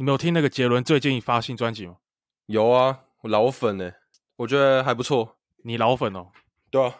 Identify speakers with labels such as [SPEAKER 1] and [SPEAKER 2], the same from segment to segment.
[SPEAKER 1] 你们有听那个杰伦最近发新专辑吗？
[SPEAKER 2] 有啊，我老粉呢、我觉得还不错。
[SPEAKER 1] 你老粉哦，
[SPEAKER 2] 对啊，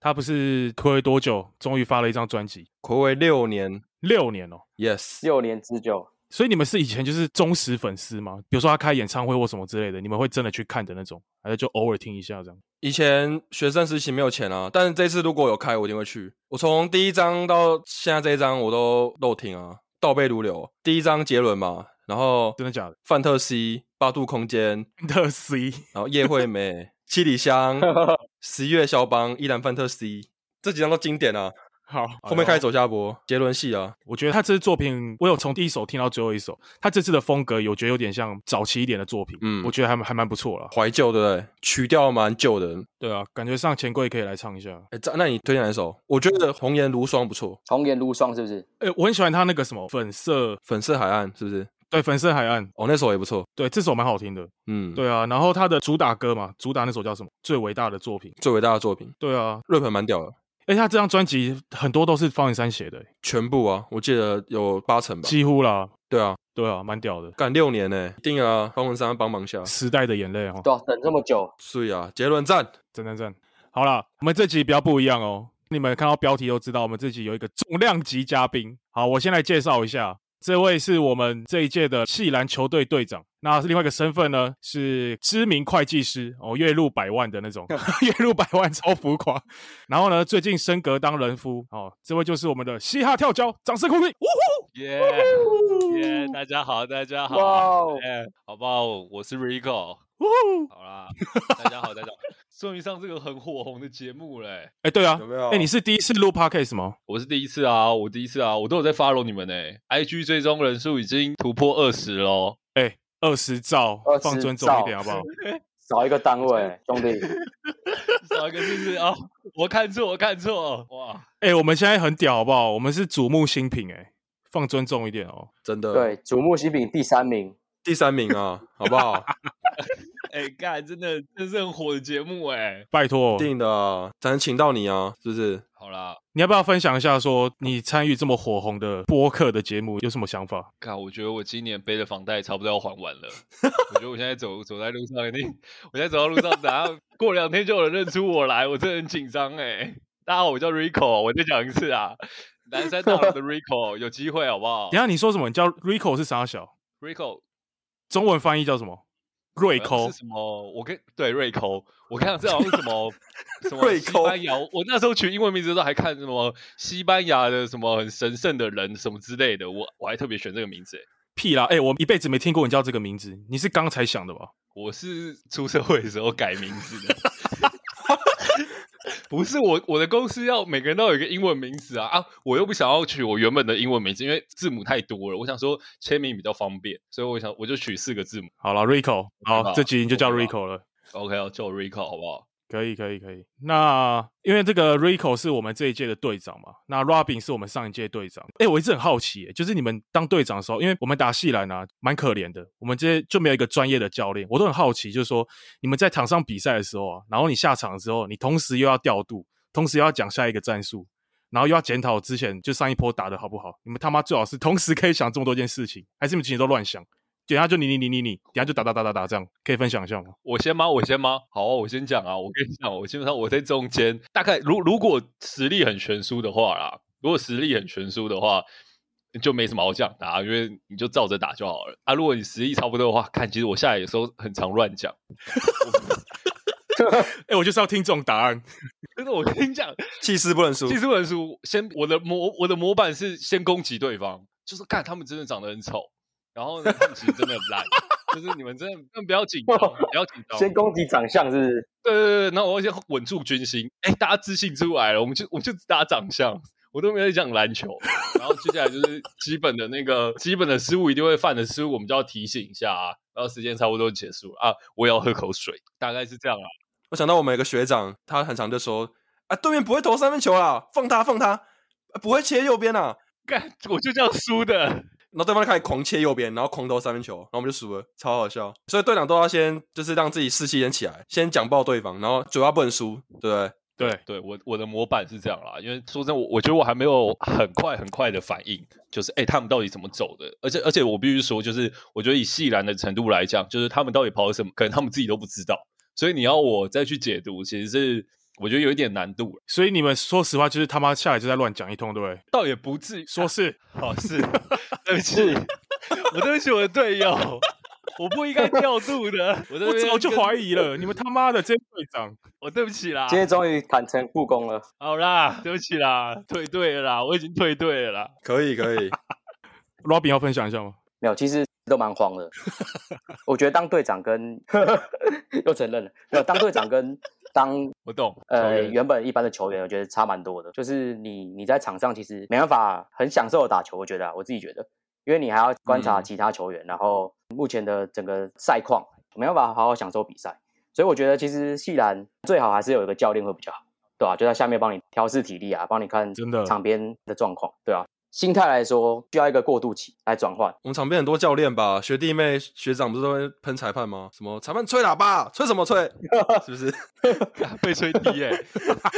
[SPEAKER 1] 他不是暌违多久，终于发了一张专辑，
[SPEAKER 2] 暌违六年
[SPEAKER 1] 六年哦。
[SPEAKER 2] ，yes，
[SPEAKER 3] 六年之久，
[SPEAKER 1] 所以你们是以前就是忠实粉丝吗？比如说他开演唱会或什么之类的，你们会真的去看的那种，还是就偶尔听一下这样？
[SPEAKER 2] 以前学生时期没有钱啊，但是这次如果有开，我一定会去。我从第一张到现在这一张，我都漏听啊，倒背如流。第一张杰伦嘛，然后
[SPEAKER 1] 真的假的？
[SPEAKER 2] 范特西、八度空间，
[SPEAKER 1] 的 C
[SPEAKER 2] 然后叶惠美、七里 香、十一月肖邦、依然范特西，这几张都经典啊。
[SPEAKER 1] 好，
[SPEAKER 2] 后面开始
[SPEAKER 1] 走。
[SPEAKER 2] 走下坡，杰伦系啊，
[SPEAKER 1] 我觉得他这次作品，我有从第一首听到最后一首，他这次的风格，我觉得有点像早期一点的作品，
[SPEAKER 2] 嗯
[SPEAKER 1] 我觉得还蛮还蛮不错了。
[SPEAKER 2] 怀旧对不对？曲调蛮旧的。
[SPEAKER 1] 对啊，感觉上钱柜可以来唱一下。
[SPEAKER 2] 哎，这那你推荐哪一首？我觉得《红颜如霜》不错，《
[SPEAKER 3] 红颜如霜是不是？
[SPEAKER 1] 哎，我很喜欢他那个什么粉色，
[SPEAKER 2] 粉色海岸》是不是？
[SPEAKER 1] 对粉色海岸，
[SPEAKER 2] 哦，那首也不错。
[SPEAKER 1] 对这首蛮好听的。
[SPEAKER 2] 嗯，，
[SPEAKER 1] 对啊，然后他的主打歌嘛，主打那首叫什么？最伟大的作品。
[SPEAKER 2] 最伟大的作品
[SPEAKER 1] 对啊，
[SPEAKER 2] ，rap 蛮屌的，
[SPEAKER 1] 而且他这张专辑很多都是方文山写的、欸
[SPEAKER 2] 全部啊，我记得有八成吧。
[SPEAKER 1] 几乎啦。
[SPEAKER 2] 对啊，
[SPEAKER 1] 对啊，蛮屌的。
[SPEAKER 2] 干六年呢，一定啊，方文山帮忙下，
[SPEAKER 1] 时代的眼泪哦，
[SPEAKER 3] 对啊，等这么久，
[SPEAKER 2] 所以啊，杰伦赞，
[SPEAKER 1] 赞赞赞。好啦，我们这集比较不一样哦。你们看到标题都知道，我们这集有一个重量级嘉宾。好，我先来介绍一下，这位是我们这一届的系篮球队队长。那另外一个身份呢，是知名会计师哦，月入百万的那种，月入百万超浮夸。然后呢，最近升格当人夫哦，这位就是我们的嘻哈跳脚，掌声鼓励。呜呼
[SPEAKER 4] 耶耶，大家好，大家
[SPEAKER 3] 哇
[SPEAKER 4] 好，
[SPEAKER 3] 哦，
[SPEAKER 4] 耶，好不好？我是 Rico，
[SPEAKER 1] 呜呼！
[SPEAKER 4] 好 啦，大家好，大家好，终于上这个很火红的节目欸嘞、
[SPEAKER 1] 哎，对啊
[SPEAKER 2] 有，没有？
[SPEAKER 1] 哎，你是第一次录 podcast 吗？
[SPEAKER 4] 我是第一次啊，我第一次啊，我都有在 follow 你们呢、IG 追踪人数已经突破二十哦喽，
[SPEAKER 1] 哎，二十兆
[SPEAKER 3] 20，
[SPEAKER 1] 放尊重一点好不好？
[SPEAKER 3] 少一个单位，兄弟，
[SPEAKER 4] 少一个是不是啊？我看错，我看错，哇，
[SPEAKER 1] 哎、我们现在很屌好不好？我们是瞩目新品、哎，放尊重一点哦。
[SPEAKER 2] 真的
[SPEAKER 3] 对，瞩目新品第三名，
[SPEAKER 2] 第三名啊，好不好？
[SPEAKER 4] 哎、干，真的，真是很火的节目哎、
[SPEAKER 1] 拜托哦
[SPEAKER 2] 一，定的啊，才能请到你啊，是不是？
[SPEAKER 4] 好啦，
[SPEAKER 1] 你要不要分享一下说你参与这么火红的播客的节目有什么想法？
[SPEAKER 4] 看，我觉得我今年背的房贷差不多要还完 了。我觉得我现在走走在路上，一定，我现在走到路上，等下过两天就有人认出我来，我真的很紧张哎。大家好，我叫 Rico，我再讲一次啊，南山大楼的 Rico，有机会好不好
[SPEAKER 1] 等一下你说什么？你叫 Rico 是啥小？
[SPEAKER 4] ？Rico，
[SPEAKER 1] 中文翻译叫什么？瑞
[SPEAKER 4] 好像
[SPEAKER 1] 抠
[SPEAKER 4] 呃是什么？我跟对瑞抠，我看这好像是什 么什么
[SPEAKER 2] 瑞
[SPEAKER 4] 西
[SPEAKER 2] 抠
[SPEAKER 4] 班牙，我那时候取英文名字的时候还看什么西班牙的什么很神圣的人什么之类的，我我还特别选这个名字欸。
[SPEAKER 1] 屁啦！哎、我一辈子没听过你叫这个名字，你是刚才想的吧？
[SPEAKER 4] 我是出社会的时候改名字的，不是我我的公司要每个人都有一个英文名字啊啊！我又不想要取我原本的英文名字，因为字母太多了，我想说签名比较方便，所以我想我就取四个字母。
[SPEAKER 1] 好了，Rico，好，
[SPEAKER 4] 吧
[SPEAKER 1] 这集你就叫
[SPEAKER 4] 我知道
[SPEAKER 1] Rico 了。
[SPEAKER 4] OK，要叫我 Rico 好不好？
[SPEAKER 1] 可以，可以，可以。那因为这个 Rico 是我们这一届的队长嘛，那 Robin 是我们上一届队长。哎、我一直很好奇、欸，就是你们当队长的时候，因为我们打系篮啊，蛮可怜的，我们这些就没有一个专业的教练。我都很好奇，就是说你们在场上比赛的时候啊，然后你下场之后，你同时又要调度，同时又要讲下一个战术，然后又要检讨之前就上一波打的好不好。你们他妈最好是同时可以想这么多件事情，还是你们其实都乱想？等一下就你你你你你，等一下就打打打打打这样，可以分享一下吗？
[SPEAKER 4] 我先吗？我先吗？好啊，我先讲啊！我跟你讲，我基本上我在中间，大概如如果实力很悬殊的话啦，如果实力很悬殊的话，就没什么好讲的、啊，因为你就照着打就好了啊。如果你实力差不多的话，看其实我下来有时候很常乱讲，
[SPEAKER 1] 哎、我就是要听这种答案。
[SPEAKER 4] 但是我跟你讲，
[SPEAKER 2] 气势不能输
[SPEAKER 4] 技，术文书先我的模我的模板是先攻击对方，就是看他们真的长得很丑，然后呢，他们其实真的很烂，就是你们真的真的不要紧张，不要紧张，
[SPEAKER 3] 先攻击长相是不是？
[SPEAKER 4] 对对对，那我要先稳住军心。哎，大家自信出来了，我们就我们就只打长相，我都没有在讲篮球。然后接下来就是基本的那个基本的失误一定会犯的失误，我们就要提醒一下啊。然后时间差不多结束了啊，我也要喝口水，大概是这样啊。
[SPEAKER 2] 我想到我们有个学长，他很常就说啊，对面不会投三分球啦，放他放他，啊不会切右边啊。
[SPEAKER 4] 干，我就这样输的。
[SPEAKER 2] 然后对方就开始狂切右边，然后狂投三分球，然后我们就输了，超好笑。所以队长都要先就是让自己士气先起来，先讲爆对方，然后嘴巴不能输，对不对？
[SPEAKER 1] 对，
[SPEAKER 4] 对我我的模板是这样啦，因为说真的，我我觉得我还没有很快很快的反应，就是哎、诶他们到底怎么走的？而且而且我必须说，就是我觉得以细然的程度来讲，就是他们到底跑了什么，可能他们自己都不知道，所以你要我再去解读，其实是我觉得有一点难度，
[SPEAKER 1] 所以你们说实话就是他妈下来就在乱讲一通，对不对？
[SPEAKER 4] 倒也不至于
[SPEAKER 1] 说是
[SPEAKER 4] 好 事，对不起，我对不起我的队友，我不应该调度的， 我在
[SPEAKER 1] 我
[SPEAKER 4] 这边
[SPEAKER 1] 早就
[SPEAKER 4] 跟
[SPEAKER 1] 怀疑了，你们他妈的这些队长，
[SPEAKER 4] 我对不起啦，
[SPEAKER 3] 今天终于坦诚复工了，
[SPEAKER 4] 好啦，对不起啦，退队了啦，我已经退队了啦。
[SPEAKER 2] 可以可以，
[SPEAKER 1] Robin 要分享一下吗？
[SPEAKER 3] 没有，其实都蛮慌的。我觉得当队长跟 又承认了，没有当队长跟当
[SPEAKER 4] 我懂，
[SPEAKER 3] 呃
[SPEAKER 4] 球员
[SPEAKER 3] 原本一般的球员，我觉得差蛮多的。就是你你在场上其实没办法很享受地打球，我觉得、啊、我自己觉得，因为你还要观察
[SPEAKER 4] 嗯
[SPEAKER 3] 其他球员，然后目前的整个赛况没办法好好享受比赛，所以我觉得其实细兰最好还是有一个教练会比较好，对啊吧、就在下面帮你调试体力啊，帮你看
[SPEAKER 1] 真的
[SPEAKER 3] 场边的状况，对啊。心态来说，需要一个过渡期来转换，
[SPEAKER 2] 我们场边很多教练吧，学弟妹、学长不是都会喷裁判吗？什么裁判吹喇叭，吹什么吹？是不是？
[SPEAKER 4] 被吹低耶、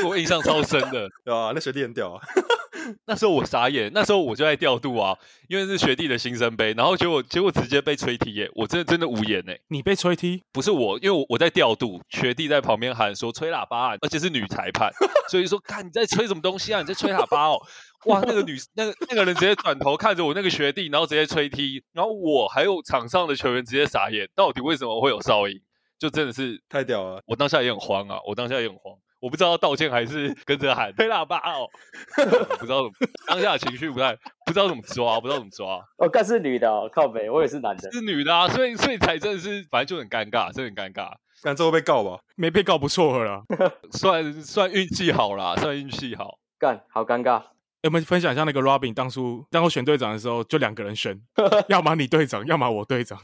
[SPEAKER 4] 我印象超深的。
[SPEAKER 2] 对吧、那学弟很屌啊，
[SPEAKER 4] 那时候我傻眼，那时候我就在调度啊，因为是学弟的新生杯，然后结果结果直接被吹踢耶、我真的真的无言哎、
[SPEAKER 1] 你被吹踢，
[SPEAKER 4] 不是我，因为我我在调度，学弟在旁边喊说吹喇叭、啊，而且是女裁判，所以说看你在吹什么东西啊，你在吹喇叭哦。哇，那个女那个那个人直接转头看着我那个学弟，然后直接吹踢，然后我还有场上的球员直接傻眼，到底为什么会有哨音？就真的是
[SPEAKER 2] 太屌了！
[SPEAKER 4] 我当下也很慌啊，我当下也很慌，我不知道要道歉还 是跟着喊吹喇叭哦，我不知道怎么，当下的情绪不太，不知道怎么抓，不知道怎么抓，
[SPEAKER 3] 哦，干是女的、哦，靠北，我也是 男的。
[SPEAKER 4] 是女的啊，所以所以才真的是，反正就很尴尬，真的很尴尬，
[SPEAKER 2] 但这会被告吧？
[SPEAKER 1] 没被告不错了啦。哎
[SPEAKER 4] 算算运气好啦，算运气好，
[SPEAKER 3] 干，好尴尬。
[SPEAKER 1] 我们分享一下那个 Robin 当初当初选队长的时候，就两个人 选，要么你队长，要么我队长。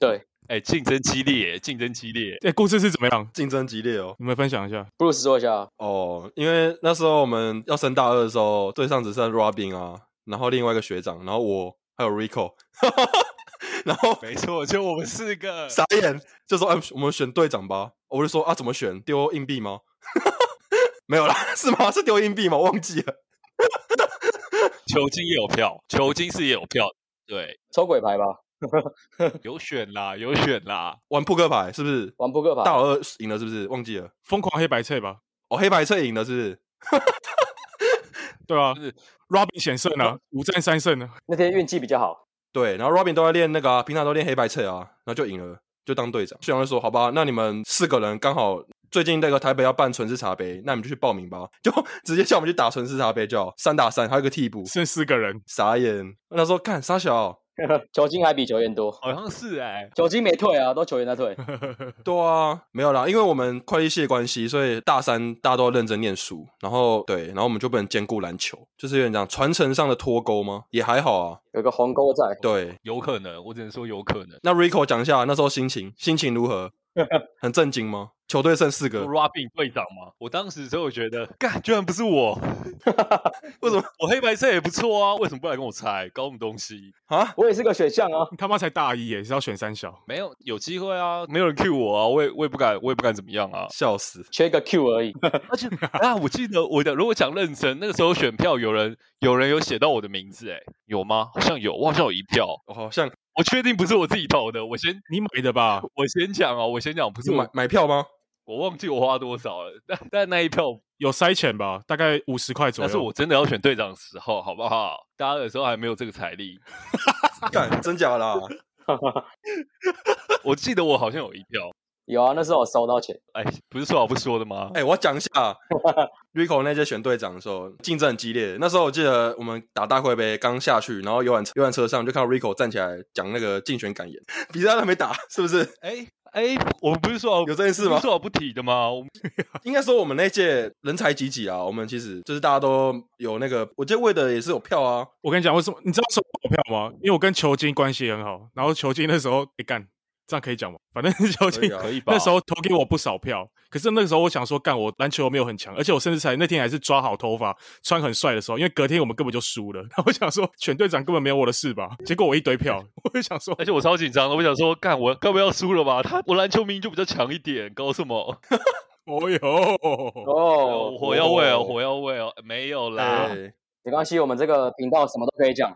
[SPEAKER 3] 对，
[SPEAKER 4] 哎，竞争激烈，竞争激烈，
[SPEAKER 1] 哎、故事是怎么样？
[SPEAKER 2] 竞争激烈哦。
[SPEAKER 1] 你们分享一下。
[SPEAKER 3] 布鲁斯说一下哦，
[SPEAKER 2] 哦，因为那时候我们要升大二的时候，队上只剩 Robin 啊，然后另外一个学长，然后我还有 Rico，然后
[SPEAKER 4] 没错，就我们四 个，
[SPEAKER 2] 傻眼，就说：“哎、我们选队长吧。”我就说：“啊，怎么选？丢硬币吗？” 没有啦，是吗？是丢硬币吗？忘记了。
[SPEAKER 4] 球精也有票，球精是也有票，对，
[SPEAKER 3] 抽鬼牌吧，
[SPEAKER 4] 有选啦，有选啦，
[SPEAKER 2] 玩扑克牌是不是？
[SPEAKER 3] 玩扑克牌。
[SPEAKER 2] 大老二赢了是不是？忘记了。
[SPEAKER 1] 疯狂黑白配吧，
[SPEAKER 2] 哦，黑白测赢了是不是？
[SPEAKER 1] 对啊
[SPEAKER 4] 就是
[SPEAKER 1] Robin 险胜啊，五战三胜啊，
[SPEAKER 3] 那天运气比较好，
[SPEAKER 2] 对，然后 Robin 都在练那个、啊，平常都练黑白测啊，然后就赢了，就当队长。学长就说：“好吧，那你们四个人刚好最近那个台北要办纯喫茶杯，那你们就去报名吧。” 就直接叫我们去打纯喫茶杯，叫三打三，还有一个替补，
[SPEAKER 1] 剩四个人，
[SPEAKER 2] 傻眼。那时候看傻小，
[SPEAKER 3] 球精还比球员多，
[SPEAKER 4] 好像是哎、
[SPEAKER 3] 球精没退啊，都球员在 退。
[SPEAKER 2] 对啊，没有啦，因为我们会计系的关系，所以大三大家都要认真念书，然后对，然后我们就不能兼顾篮球，就是有点讲传承上的脱钩吗？也还好啊。
[SPEAKER 3] 有个鸿沟在，
[SPEAKER 2] 对，
[SPEAKER 4] 有可能，我只能说有可能。
[SPEAKER 2] 那 Rico 讲一下那时候心情，心情如何？很震惊吗？球队剩四个，
[SPEAKER 4] Robin 队长嘛，我当时就觉得，干，居然不是我，为什么我黑白色也不错啊？为什么不来跟我猜？搞什么东西？
[SPEAKER 2] 啊，。
[SPEAKER 3] 我也是个选项啊。
[SPEAKER 1] 你他妈才大一耶，是要选三小，
[SPEAKER 4] 没有，有机会啊，没有人 cue 我啊，我也我也不敢，我也不敢怎么样啊
[SPEAKER 2] 笑死！
[SPEAKER 3] 缺个 Q 而已，
[SPEAKER 4] 而且 啊，我记得我的，如果讲认真，那个时候选票有人有人有写到我的名字、欸，有吗？好像有，我好像有一票，
[SPEAKER 2] 我哦好像
[SPEAKER 4] 我确定不是我自己投的。我先
[SPEAKER 1] 你买的吧？
[SPEAKER 4] 我先讲啊，我先讲，不
[SPEAKER 2] 是
[SPEAKER 4] 是
[SPEAKER 2] 买
[SPEAKER 4] 我，
[SPEAKER 2] 买票吗？
[SPEAKER 4] 我忘记我花多少了， 但但那一票
[SPEAKER 1] 有塞钱吧？大概五十块左
[SPEAKER 4] 那
[SPEAKER 1] 右。
[SPEAKER 4] 是我真的要选队长的时候，好不好？大二的时候还没有这个财力，
[SPEAKER 2] 干，真假啦？
[SPEAKER 4] 我记得我好像有一票。
[SPEAKER 3] 有啊，那时候我收到钱，
[SPEAKER 4] 哎，不是说好不说的吗？
[SPEAKER 2] 哎、我要讲一下 Rico 那届选队长的时候，竞争很激烈。那时候我记得我们打大会杯刚下去，然后游览游览车上就看到 Rico 站起来讲那个竞选感言， 比赛都还没打，是不是？
[SPEAKER 4] 哎哎，我们不是说 好
[SPEAKER 2] 有这件事
[SPEAKER 4] 不
[SPEAKER 2] 吗
[SPEAKER 4] 是？说好不提的吗？我们
[SPEAKER 2] 应该说我们那届人才济济啊，我们其实就是大家都有那个，我记得为的也是有票啊，
[SPEAKER 1] 我跟你讲，为什么你知道为什么我有票吗？因为我跟球精关系很好，然后球精那时候哎干、这样可以讲吗？反正 球
[SPEAKER 2] 可以
[SPEAKER 1] 精、
[SPEAKER 2] 啊
[SPEAKER 4] 可以吧？
[SPEAKER 1] 那时候投给我不少票，可是那个时候我想说，干我篮球没有很强，而且我甚至才那天还是抓好头发、穿很帅的时候，因为隔天我们根本就输了。然 后我想说，选队长根本没有我的事吧？结果我一堆票， 我就想说，
[SPEAKER 4] 而且我超紧张的，我想说，干我该不要输了吧？他我篮球明明就比较强一点，搞什么？
[SPEAKER 1] 哦哟，
[SPEAKER 3] 哦，
[SPEAKER 4] 火药味哦，火药味哦，没有啦。
[SPEAKER 2] 哎
[SPEAKER 3] 没关系，我们这个频道什么都可以讲。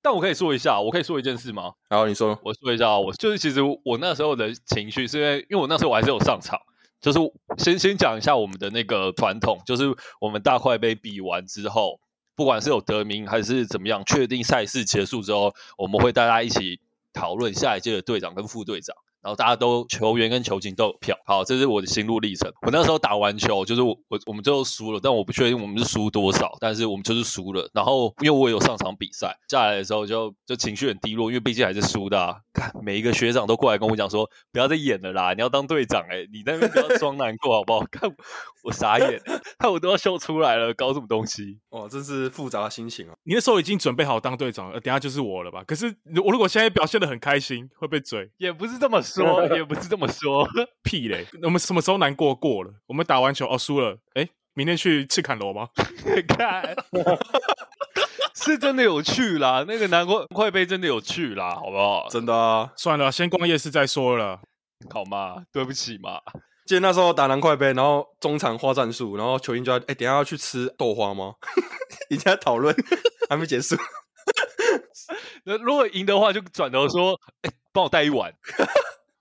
[SPEAKER 4] 但我可以说一下，我可以说一件事吗？
[SPEAKER 2] 然后你说，
[SPEAKER 4] 我说一下啊，我就是其实我那时候的情绪是因为，因为我那时候我还是有上场，就是先先讲一下我们的那个传统，就是我们大块杯比完之后，不管是有得名还是怎么样，确定赛事结束之后，我们会大家一起讨论下一届的队长跟副队长。然后大家都球员跟球警都有票，好，这是我的心路历程。我那时候打完球，就是我我我们最后输了，但我不确定我们是输多少，但是我们就是输了。然后因为我有上场比赛，下来的时候就就情绪很低落，因为毕竟还是输的、啊。看每一个学长都过来跟我讲说，不要再演了啦，你要当队长哎、你在那边不要装难过好不好？ 看我傻眼，看我都要笑出来了，搞什么东西？
[SPEAKER 2] 哇，真是复杂的心情啊！
[SPEAKER 1] 你那时候已经准备好当队长了，呃等一下就是我了吧？可是如我如果现在表现的很开心，会被追
[SPEAKER 4] 也不是这么说， 也不是这么说。
[SPEAKER 1] 屁嘞！我们什么时候难过过了？我们打完球哦输了，哎，明天去赤坎楼吗？
[SPEAKER 4] 看， 是真的有趣啦，那个南瓜快杯真的有趣啦，好不好？
[SPEAKER 2] 真的啊，
[SPEAKER 1] 算了，先逛夜市再说了。
[SPEAKER 4] 好嘛，对不起嘛，
[SPEAKER 2] 记得那时候打南快杯，然后中场花战术，然后球星就在，哎、等一下要去吃豆花吗？ 已经在讨论， 还没结束。
[SPEAKER 4] 那如果赢的话，就转头说，哎、帮我带一碗，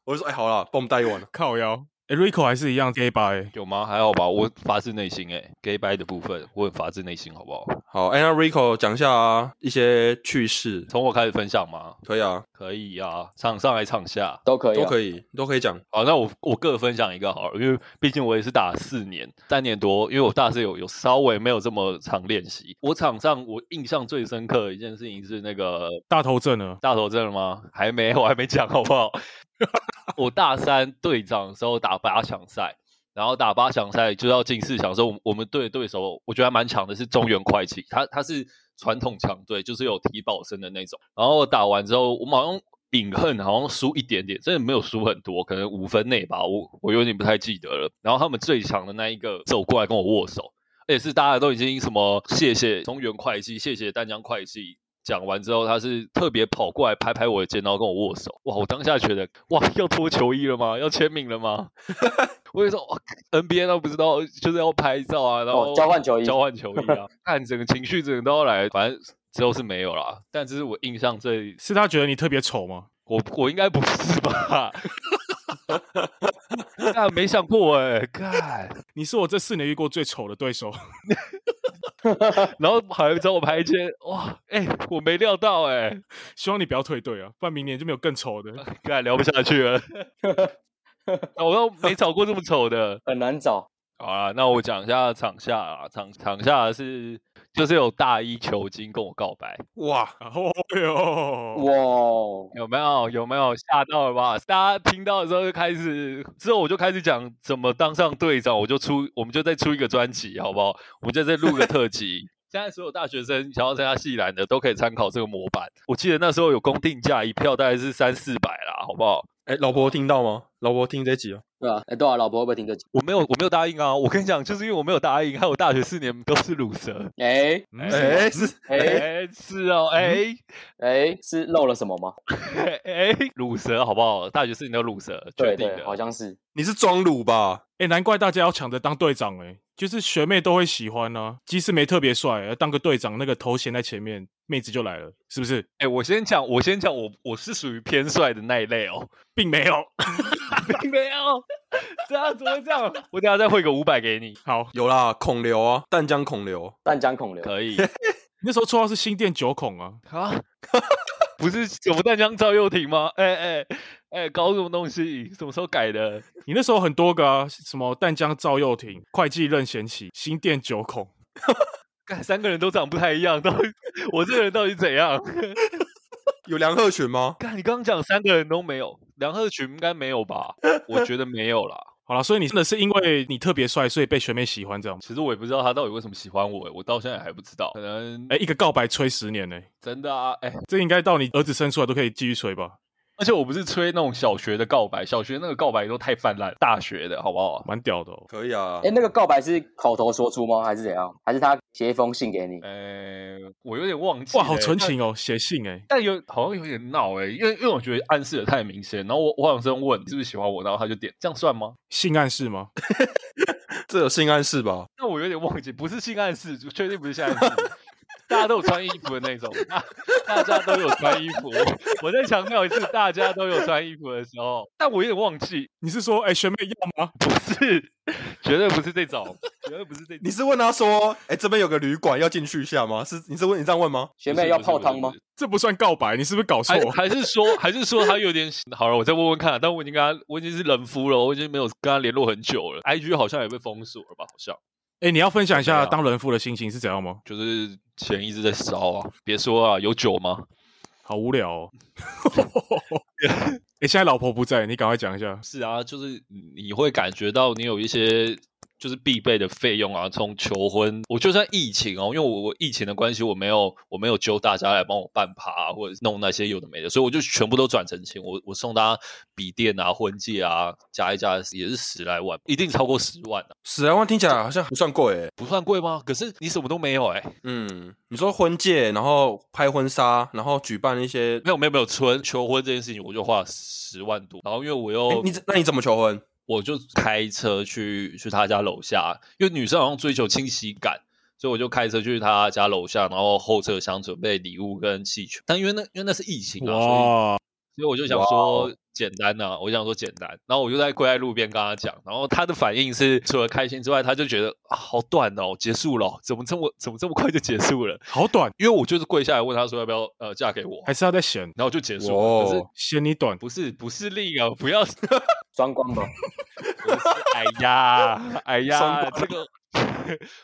[SPEAKER 2] 我就说，哎、好了，帮我们带一碗。
[SPEAKER 1] 靠腰，哎，Rico 还是一样 gay 吧？哎，
[SPEAKER 4] 有吗？还好吧，我发自内心哎、gay bye 的部分，我很发自内心，好不好？
[SPEAKER 2] 好，哎、那 Rico 讲一下、啊、一些趣事，
[SPEAKER 4] 从我开始分享吗？
[SPEAKER 2] 可以啊，
[SPEAKER 4] 可以啊，唱上来唱下。
[SPEAKER 3] 都可以、啊，
[SPEAKER 2] 都可以，都可以讲。
[SPEAKER 4] 好，那我我各分享一个好了，因为毕竟我也是打了四年，三年多，因为我大四有有稍微没有这么常练习。我场上我印象最深刻的一件事情是那个
[SPEAKER 1] 大头啊阵呢？
[SPEAKER 4] 大头阵了吗？还没，我还没讲，好不好？ 我大三队长的时候打八强赛，然后打八强赛就要进四强的时候，我们我们队的对手我觉得还蛮强的，是中原快骑，他他是传统强队，就是有体保生的那种。然后打完之后，我们好像隐恨好像输一点点，真的没有输很多，可能五分内吧，我我有点不太记得了。然后他们最强的那一个走过来跟我握手，而且是大家都已经什么谢谢中原会计，谢谢丹江会计。讲完之后，他是特别跑过来拍拍我的肩，然后跟我握手。哇，我当下觉得，哇，要脱球衣了吗？要签名了吗？ 我就说、哇 NBA 都不知道，就是要拍照啊，然后、
[SPEAKER 3] 哦交换球衣
[SPEAKER 4] 交换球衣啊， 看整个情绪整个都要来，反正之后是没有啦。但这是我印象最，
[SPEAKER 1] 是他觉得你特别丑吗？
[SPEAKER 4] 我我应该不 是吧？ 但没想过哎、干。
[SPEAKER 1] 你是我这四年遇过最丑的对手。
[SPEAKER 4] 然后还找我拍肩，哇，哎、我没料到哎、
[SPEAKER 1] 希望你不要退队啊，不然明年就没有更丑的。
[SPEAKER 4] 干聊不下去了， 我都没找过这么丑的。
[SPEAKER 3] 很难找。
[SPEAKER 4] 好啦，那我讲一下场下啊，场场下是就是有大一球精跟我告白，
[SPEAKER 2] 哇，
[SPEAKER 1] 哦哟，
[SPEAKER 3] 哇，
[SPEAKER 4] 有没有？有没有吓到了吧？大家听到的时候就开始，之后我就开始讲怎么当上队长，我就出，我们就再出一个专辑，好不好？我们就再录个特 辑。现在所有大学生想要参加系篮的，都可以参考这个模板。我记得那时候有公定价，一票大概是三四百啦，好不好？
[SPEAKER 2] 哎、老婆听到吗？老婆听这集哦。
[SPEAKER 3] 对吧、啊？哎，对啊，老婆会不会听这集？
[SPEAKER 4] 我没有，我没有答应啊！我跟你讲，就是因为我没有答应，害我大学四年都是卤蛇。
[SPEAKER 3] 哎
[SPEAKER 1] 嗯
[SPEAKER 2] 哎、是
[SPEAKER 3] 哎
[SPEAKER 4] 哎，是哦，哎
[SPEAKER 3] 哎，是漏了什么吗？
[SPEAKER 4] 哎哎，卤蛇好不好？大学四年都卤蛇，确
[SPEAKER 3] 对
[SPEAKER 4] 定
[SPEAKER 3] 对，
[SPEAKER 4] 的。
[SPEAKER 3] 好像是。
[SPEAKER 2] 你是装乳吧？
[SPEAKER 1] 哎，难怪大家要抢着当队长哎，就是学妹都会喜欢呢、啊，即使没特别帅，呃当个队长那个头衔在前面，妹子就来了，是不是？
[SPEAKER 4] 哎，我先讲，我先讲，我我是属于偏帅的那一类哦，
[SPEAKER 1] 并没有。
[SPEAKER 4] 并 没有，这样怎么会这样？ 我等下再汇个五百给你，
[SPEAKER 1] 好，
[SPEAKER 2] 有啦，孔刘啊，淡江孔刘。
[SPEAKER 3] 但江孔刘，
[SPEAKER 4] 可 以
[SPEAKER 1] 那时候绰号是新店九孔啊，
[SPEAKER 4] 啊？ 不是我们淡江赵又廷吗？哎哎哎，搞什么东西？什么时候改的？
[SPEAKER 1] 你那时候很多个啊，什么淡江赵又廷、会计任贤齐、新店九孔。
[SPEAKER 4] 干三个人都长不太一样，到底我这个人到底怎样？
[SPEAKER 2] 有梁鹤群吗？
[SPEAKER 4] 看你刚刚讲三个人都没有，梁鹤群应该没有吧？我觉得没有啦。
[SPEAKER 1] 好了，所以你真的是因为你特别帅，所以被学妹喜欢这样吗？
[SPEAKER 4] 其实我也不知道他到底为什么喜欢我，我到现在还不知道。可能
[SPEAKER 1] 哎，
[SPEAKER 4] 哎、
[SPEAKER 1] 一个告白吹十年呢、
[SPEAKER 4] 真的啊，哎、
[SPEAKER 1] 这应该到你儿子生出来都可以继续吹吧？
[SPEAKER 4] 而且我不是吹那种小学的告白，小学那个告白都太泛滥，大学的好不好？
[SPEAKER 1] 蛮屌的哦。
[SPEAKER 2] 可以啊
[SPEAKER 3] 哎、，那个告白是口头说出吗？还是怎样？还是他写一封信给你？
[SPEAKER 4] 呃，我有点忘
[SPEAKER 1] 嗯
[SPEAKER 4] 记
[SPEAKER 1] 哇，
[SPEAKER 4] 了
[SPEAKER 1] 好纯
[SPEAKER 4] 但
[SPEAKER 1] 情哦，写信哎、
[SPEAKER 4] 但有好像有点闹哎、因为因为我觉得暗示的太明显，然后我我好像问你是不是喜欢我，然后他就点，这样算吗？
[SPEAKER 1] 性暗示吗？
[SPEAKER 2] 这有性暗示吧？
[SPEAKER 4] 那我有点忘记，不是性暗示，确定不是性暗示，大家都有穿衣服的那种，大大家都有穿衣服。 我再强调一次，大家都有穿衣服的时候，但我有点忘记，
[SPEAKER 1] 你是说哎、学妹要吗？
[SPEAKER 4] 不是，绝对不是这种，绝对不是这种。
[SPEAKER 2] 你是问他说，哎、这边有个旅馆要进去一下吗？是你是问你这样问吗？
[SPEAKER 3] 学妹要泡汤吗
[SPEAKER 4] 不是？？
[SPEAKER 1] 这不算告白，你是不是搞错
[SPEAKER 4] 还？还是说， 还是说他有点好了？我再问问看、但我已经跟他，我已经是人夫了，我已经没有跟他联络很久了。IG 好像也被封锁了吧？好像
[SPEAKER 1] 哎、你要分享一
[SPEAKER 4] 对
[SPEAKER 1] 下
[SPEAKER 4] 啊
[SPEAKER 1] 当人夫的心情是怎样吗？
[SPEAKER 4] 就是钱一直在烧啊！别说啊，有酒吗？
[SPEAKER 1] 好无聊哦。哎、现在老婆不在，你赶快讲一 下。
[SPEAKER 4] 是啊，就是你会感觉到你有一些就是必备的费用啊，从求婚，我就算疫情哦，因为我我疫情的关系，我没有我没有揪大家来帮我办趴、啊、或者弄那些有的没的，所以我就全部都转成钱，我我送大家笔电啊、婚戒啊，加一加也是十来万，一定超过十万的、
[SPEAKER 2] 十来万啊听起来好像不算贵、欸，
[SPEAKER 4] 不算贵吗？可是你什么都没有哎、
[SPEAKER 2] 嗯，你说婚戒，然后拍婚纱，然后举办一些，
[SPEAKER 4] 没有没有没有，纯求婚这件事情我就花十万多，然后因为我又、
[SPEAKER 2] 诶你那你怎么求婚？
[SPEAKER 4] 我就开车去去他家楼下，因为女生好像追求清晰感，所以我就开车去他家楼下，然后后车厢准备礼物跟气球。但因为那因为那是疫情啊，所以
[SPEAKER 1] 哇，
[SPEAKER 4] 所以我就想
[SPEAKER 2] 哦
[SPEAKER 4] 说简单呐、我想说简单。然后我就在跪在路边跟他讲，然后他的反应是除了开心之外，他就觉得、啊、好短哦，结束了哦，怎么这么怎么这么快就结束了？
[SPEAKER 1] 好短，
[SPEAKER 4] 因为我就是跪下来问他说要不要呃嫁给我，
[SPEAKER 1] 还是他在嫌
[SPEAKER 4] 然后就结束
[SPEAKER 2] 哇哦
[SPEAKER 4] 了。可是
[SPEAKER 1] 嫌你短？
[SPEAKER 4] 不是不是另一个，不要
[SPEAKER 3] 双光吧，
[SPEAKER 4] 不是，哎呀，哎呀，这个，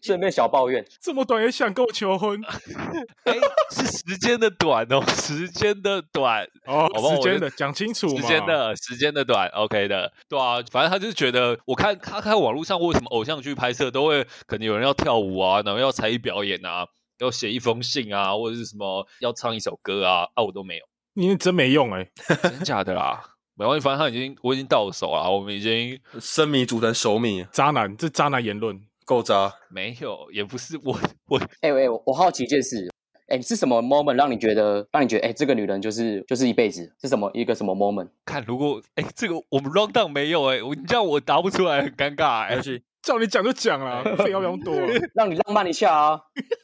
[SPEAKER 3] 顺便小抱怨。
[SPEAKER 1] 这么短也想跟我求 婚？
[SPEAKER 4] 哎，是时间的短哦，时间的短，
[SPEAKER 1] 哦
[SPEAKER 4] 好吧，
[SPEAKER 1] 时间的
[SPEAKER 4] 我就
[SPEAKER 1] 讲清楚嘛。
[SPEAKER 4] 时间，的，时间的短，OK 的，对啊，反正他就是觉得，我看他看网络上为什么偶像剧拍摄都会，可能有人要跳舞啊，然后要才艺表演啊，要写一封信啊，或者是什么要唱一首歌啊，啊，我都没有，
[SPEAKER 1] 你真没用哎、
[SPEAKER 4] 真假的啦，没关系，反正他已经我已经到手了，我们已经
[SPEAKER 2] 生米煮成熟米，
[SPEAKER 1] 渣男，这渣男言论。
[SPEAKER 2] 够渣。
[SPEAKER 4] 没有，也不是我我
[SPEAKER 3] 哎、喂、我我好奇一件事，哎、是什么 moment 让你觉得让你觉得哎、这个女人就是就是一辈子是什么一个什么 moment？
[SPEAKER 4] 看，如果哎、这个我们 round down 没有哎、我你这样我答不出来，很尴尬哎、
[SPEAKER 2] 没关系，
[SPEAKER 1] 叫你讲就讲 啦，废话不用多了，
[SPEAKER 3] 让你浪漫一下啊！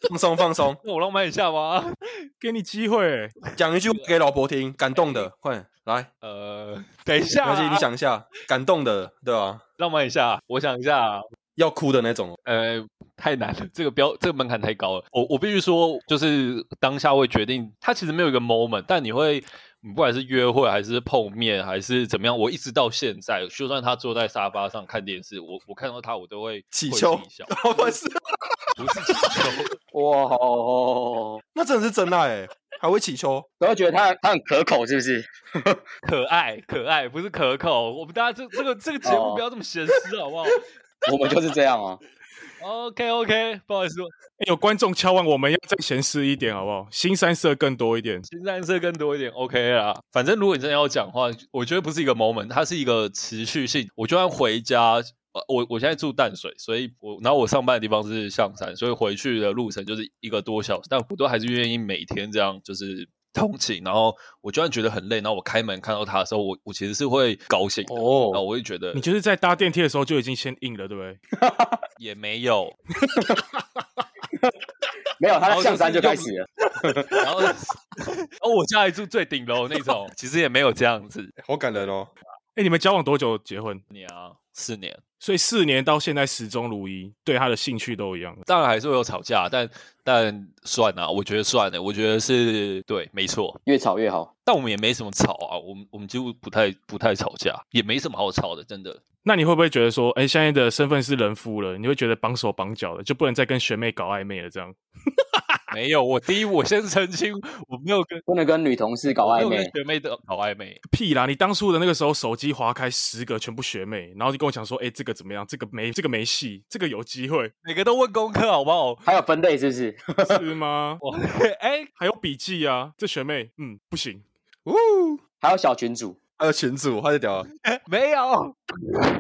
[SPEAKER 2] 放松放 松，
[SPEAKER 4] 那我浪漫一下吗？
[SPEAKER 1] 给你机会、欸。
[SPEAKER 2] 讲一句话给老婆听，感动的，快点来，
[SPEAKER 4] 呃，等一
[SPEAKER 2] 没
[SPEAKER 4] 下、
[SPEAKER 2] 关系，你想一下，感动的，对吧、
[SPEAKER 4] 浪漫一下，我想一下，
[SPEAKER 2] 要哭的那 种，
[SPEAKER 4] 呃，太难了，这个标这个门槛太高了。我我必须说，就是当下会决定，它其实没有一个 moment，但你会，你不管是约会还是碰面还是怎么样，我一直到现在，就算他坐在沙发上看电视，我我看到他，我都会
[SPEAKER 2] 乞
[SPEAKER 4] 会
[SPEAKER 2] 求
[SPEAKER 4] 心一笑，
[SPEAKER 2] 不是，
[SPEAKER 4] 不是乞求。
[SPEAKER 3] 哇 哦，
[SPEAKER 2] 那真的是真爱、欸，还会祈求。
[SPEAKER 3] 然后觉得她她很可口，是不是？
[SPEAKER 4] 可爱可爱，不是可口。我们大家这这个这个节目
[SPEAKER 3] 哦
[SPEAKER 4] 不要这么咸湿，好不好
[SPEAKER 3] 我们就是这样啊。
[SPEAKER 4] ？OK OK，不好意思，
[SPEAKER 1] 欸有观众敲完，我们要再闲适一点好不好？新三色更多一点。
[SPEAKER 4] 新三色更多一点 OK 啦。反正如果你真的要讲话，我觉得不是一个 moment，它是一个持续性。我就算回家，呃我我现在住淡水，所以我然后我上班的地方是象山，所以回去的路程就是一个多小时，但我都还是愿意每天这样就是。通勤，然后我就算觉得很累，然后我开门看到他的时候，我我其实是会高兴的，然后
[SPEAKER 2] 哦，
[SPEAKER 4] 我会觉得
[SPEAKER 1] 你就是在搭电梯的时候就已经先硬了，对不对？
[SPEAKER 4] 也没有，
[SPEAKER 3] 没有，他
[SPEAKER 4] 然
[SPEAKER 3] 在
[SPEAKER 4] 后
[SPEAKER 3] 象
[SPEAKER 4] 就是
[SPEAKER 3] 山就开
[SPEAKER 4] 用
[SPEAKER 3] 始了。
[SPEAKER 4] 然后，哦，我家还住最顶楼那种，其实也没有这样子。
[SPEAKER 2] 好感人哦。
[SPEAKER 1] 哎、你们交往多久结婚？
[SPEAKER 4] 你啊，四年，
[SPEAKER 1] 所以四年到现在始终如一，对他的兴趣都一样。
[SPEAKER 4] 当然还是会有吵架，但但算啊，我觉得算了，我觉得是对，没错。
[SPEAKER 3] 越吵越好。
[SPEAKER 4] 但我们也没什么吵啊，我们我们几乎不太不太吵架，也没什么好吵的，真的。
[SPEAKER 1] 那你会不会觉得说，哎、现在的身份是人夫了，你会觉得绑手绑脚的，就不能再跟学妹搞暧昧了？这样
[SPEAKER 4] 没有，我第一我先澄清，我没有跟
[SPEAKER 3] 不能跟女同事搞
[SPEAKER 4] 我没
[SPEAKER 3] 暧
[SPEAKER 4] 有跟
[SPEAKER 3] 昧，
[SPEAKER 4] 学妹的搞暧昧，
[SPEAKER 1] 屁啦！你当初的那个时候，手机划开十个全部学妹，然后就跟我讲说，哎、这个怎么样？这个没，这个没戏，这个有机会
[SPEAKER 4] 每个都问功课好不好？
[SPEAKER 3] 还有分类是不是？
[SPEAKER 1] 是吗？
[SPEAKER 4] 我哎、
[SPEAKER 1] 还有笔记啊，这学妹，嗯，不行，
[SPEAKER 2] 呜，
[SPEAKER 3] 还有小群组，
[SPEAKER 2] 还有群主，他就屌了，
[SPEAKER 4] 没有。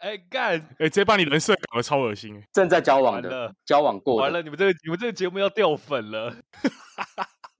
[SPEAKER 4] 哎干，
[SPEAKER 1] 哎、直接把你人设搞得超恶心、欸。
[SPEAKER 3] 正在交往
[SPEAKER 4] 完
[SPEAKER 3] 的，
[SPEAKER 4] 了
[SPEAKER 3] 交往过
[SPEAKER 4] 完
[SPEAKER 3] 的，
[SPEAKER 4] 了，你们这个你们这个节目要掉粉了。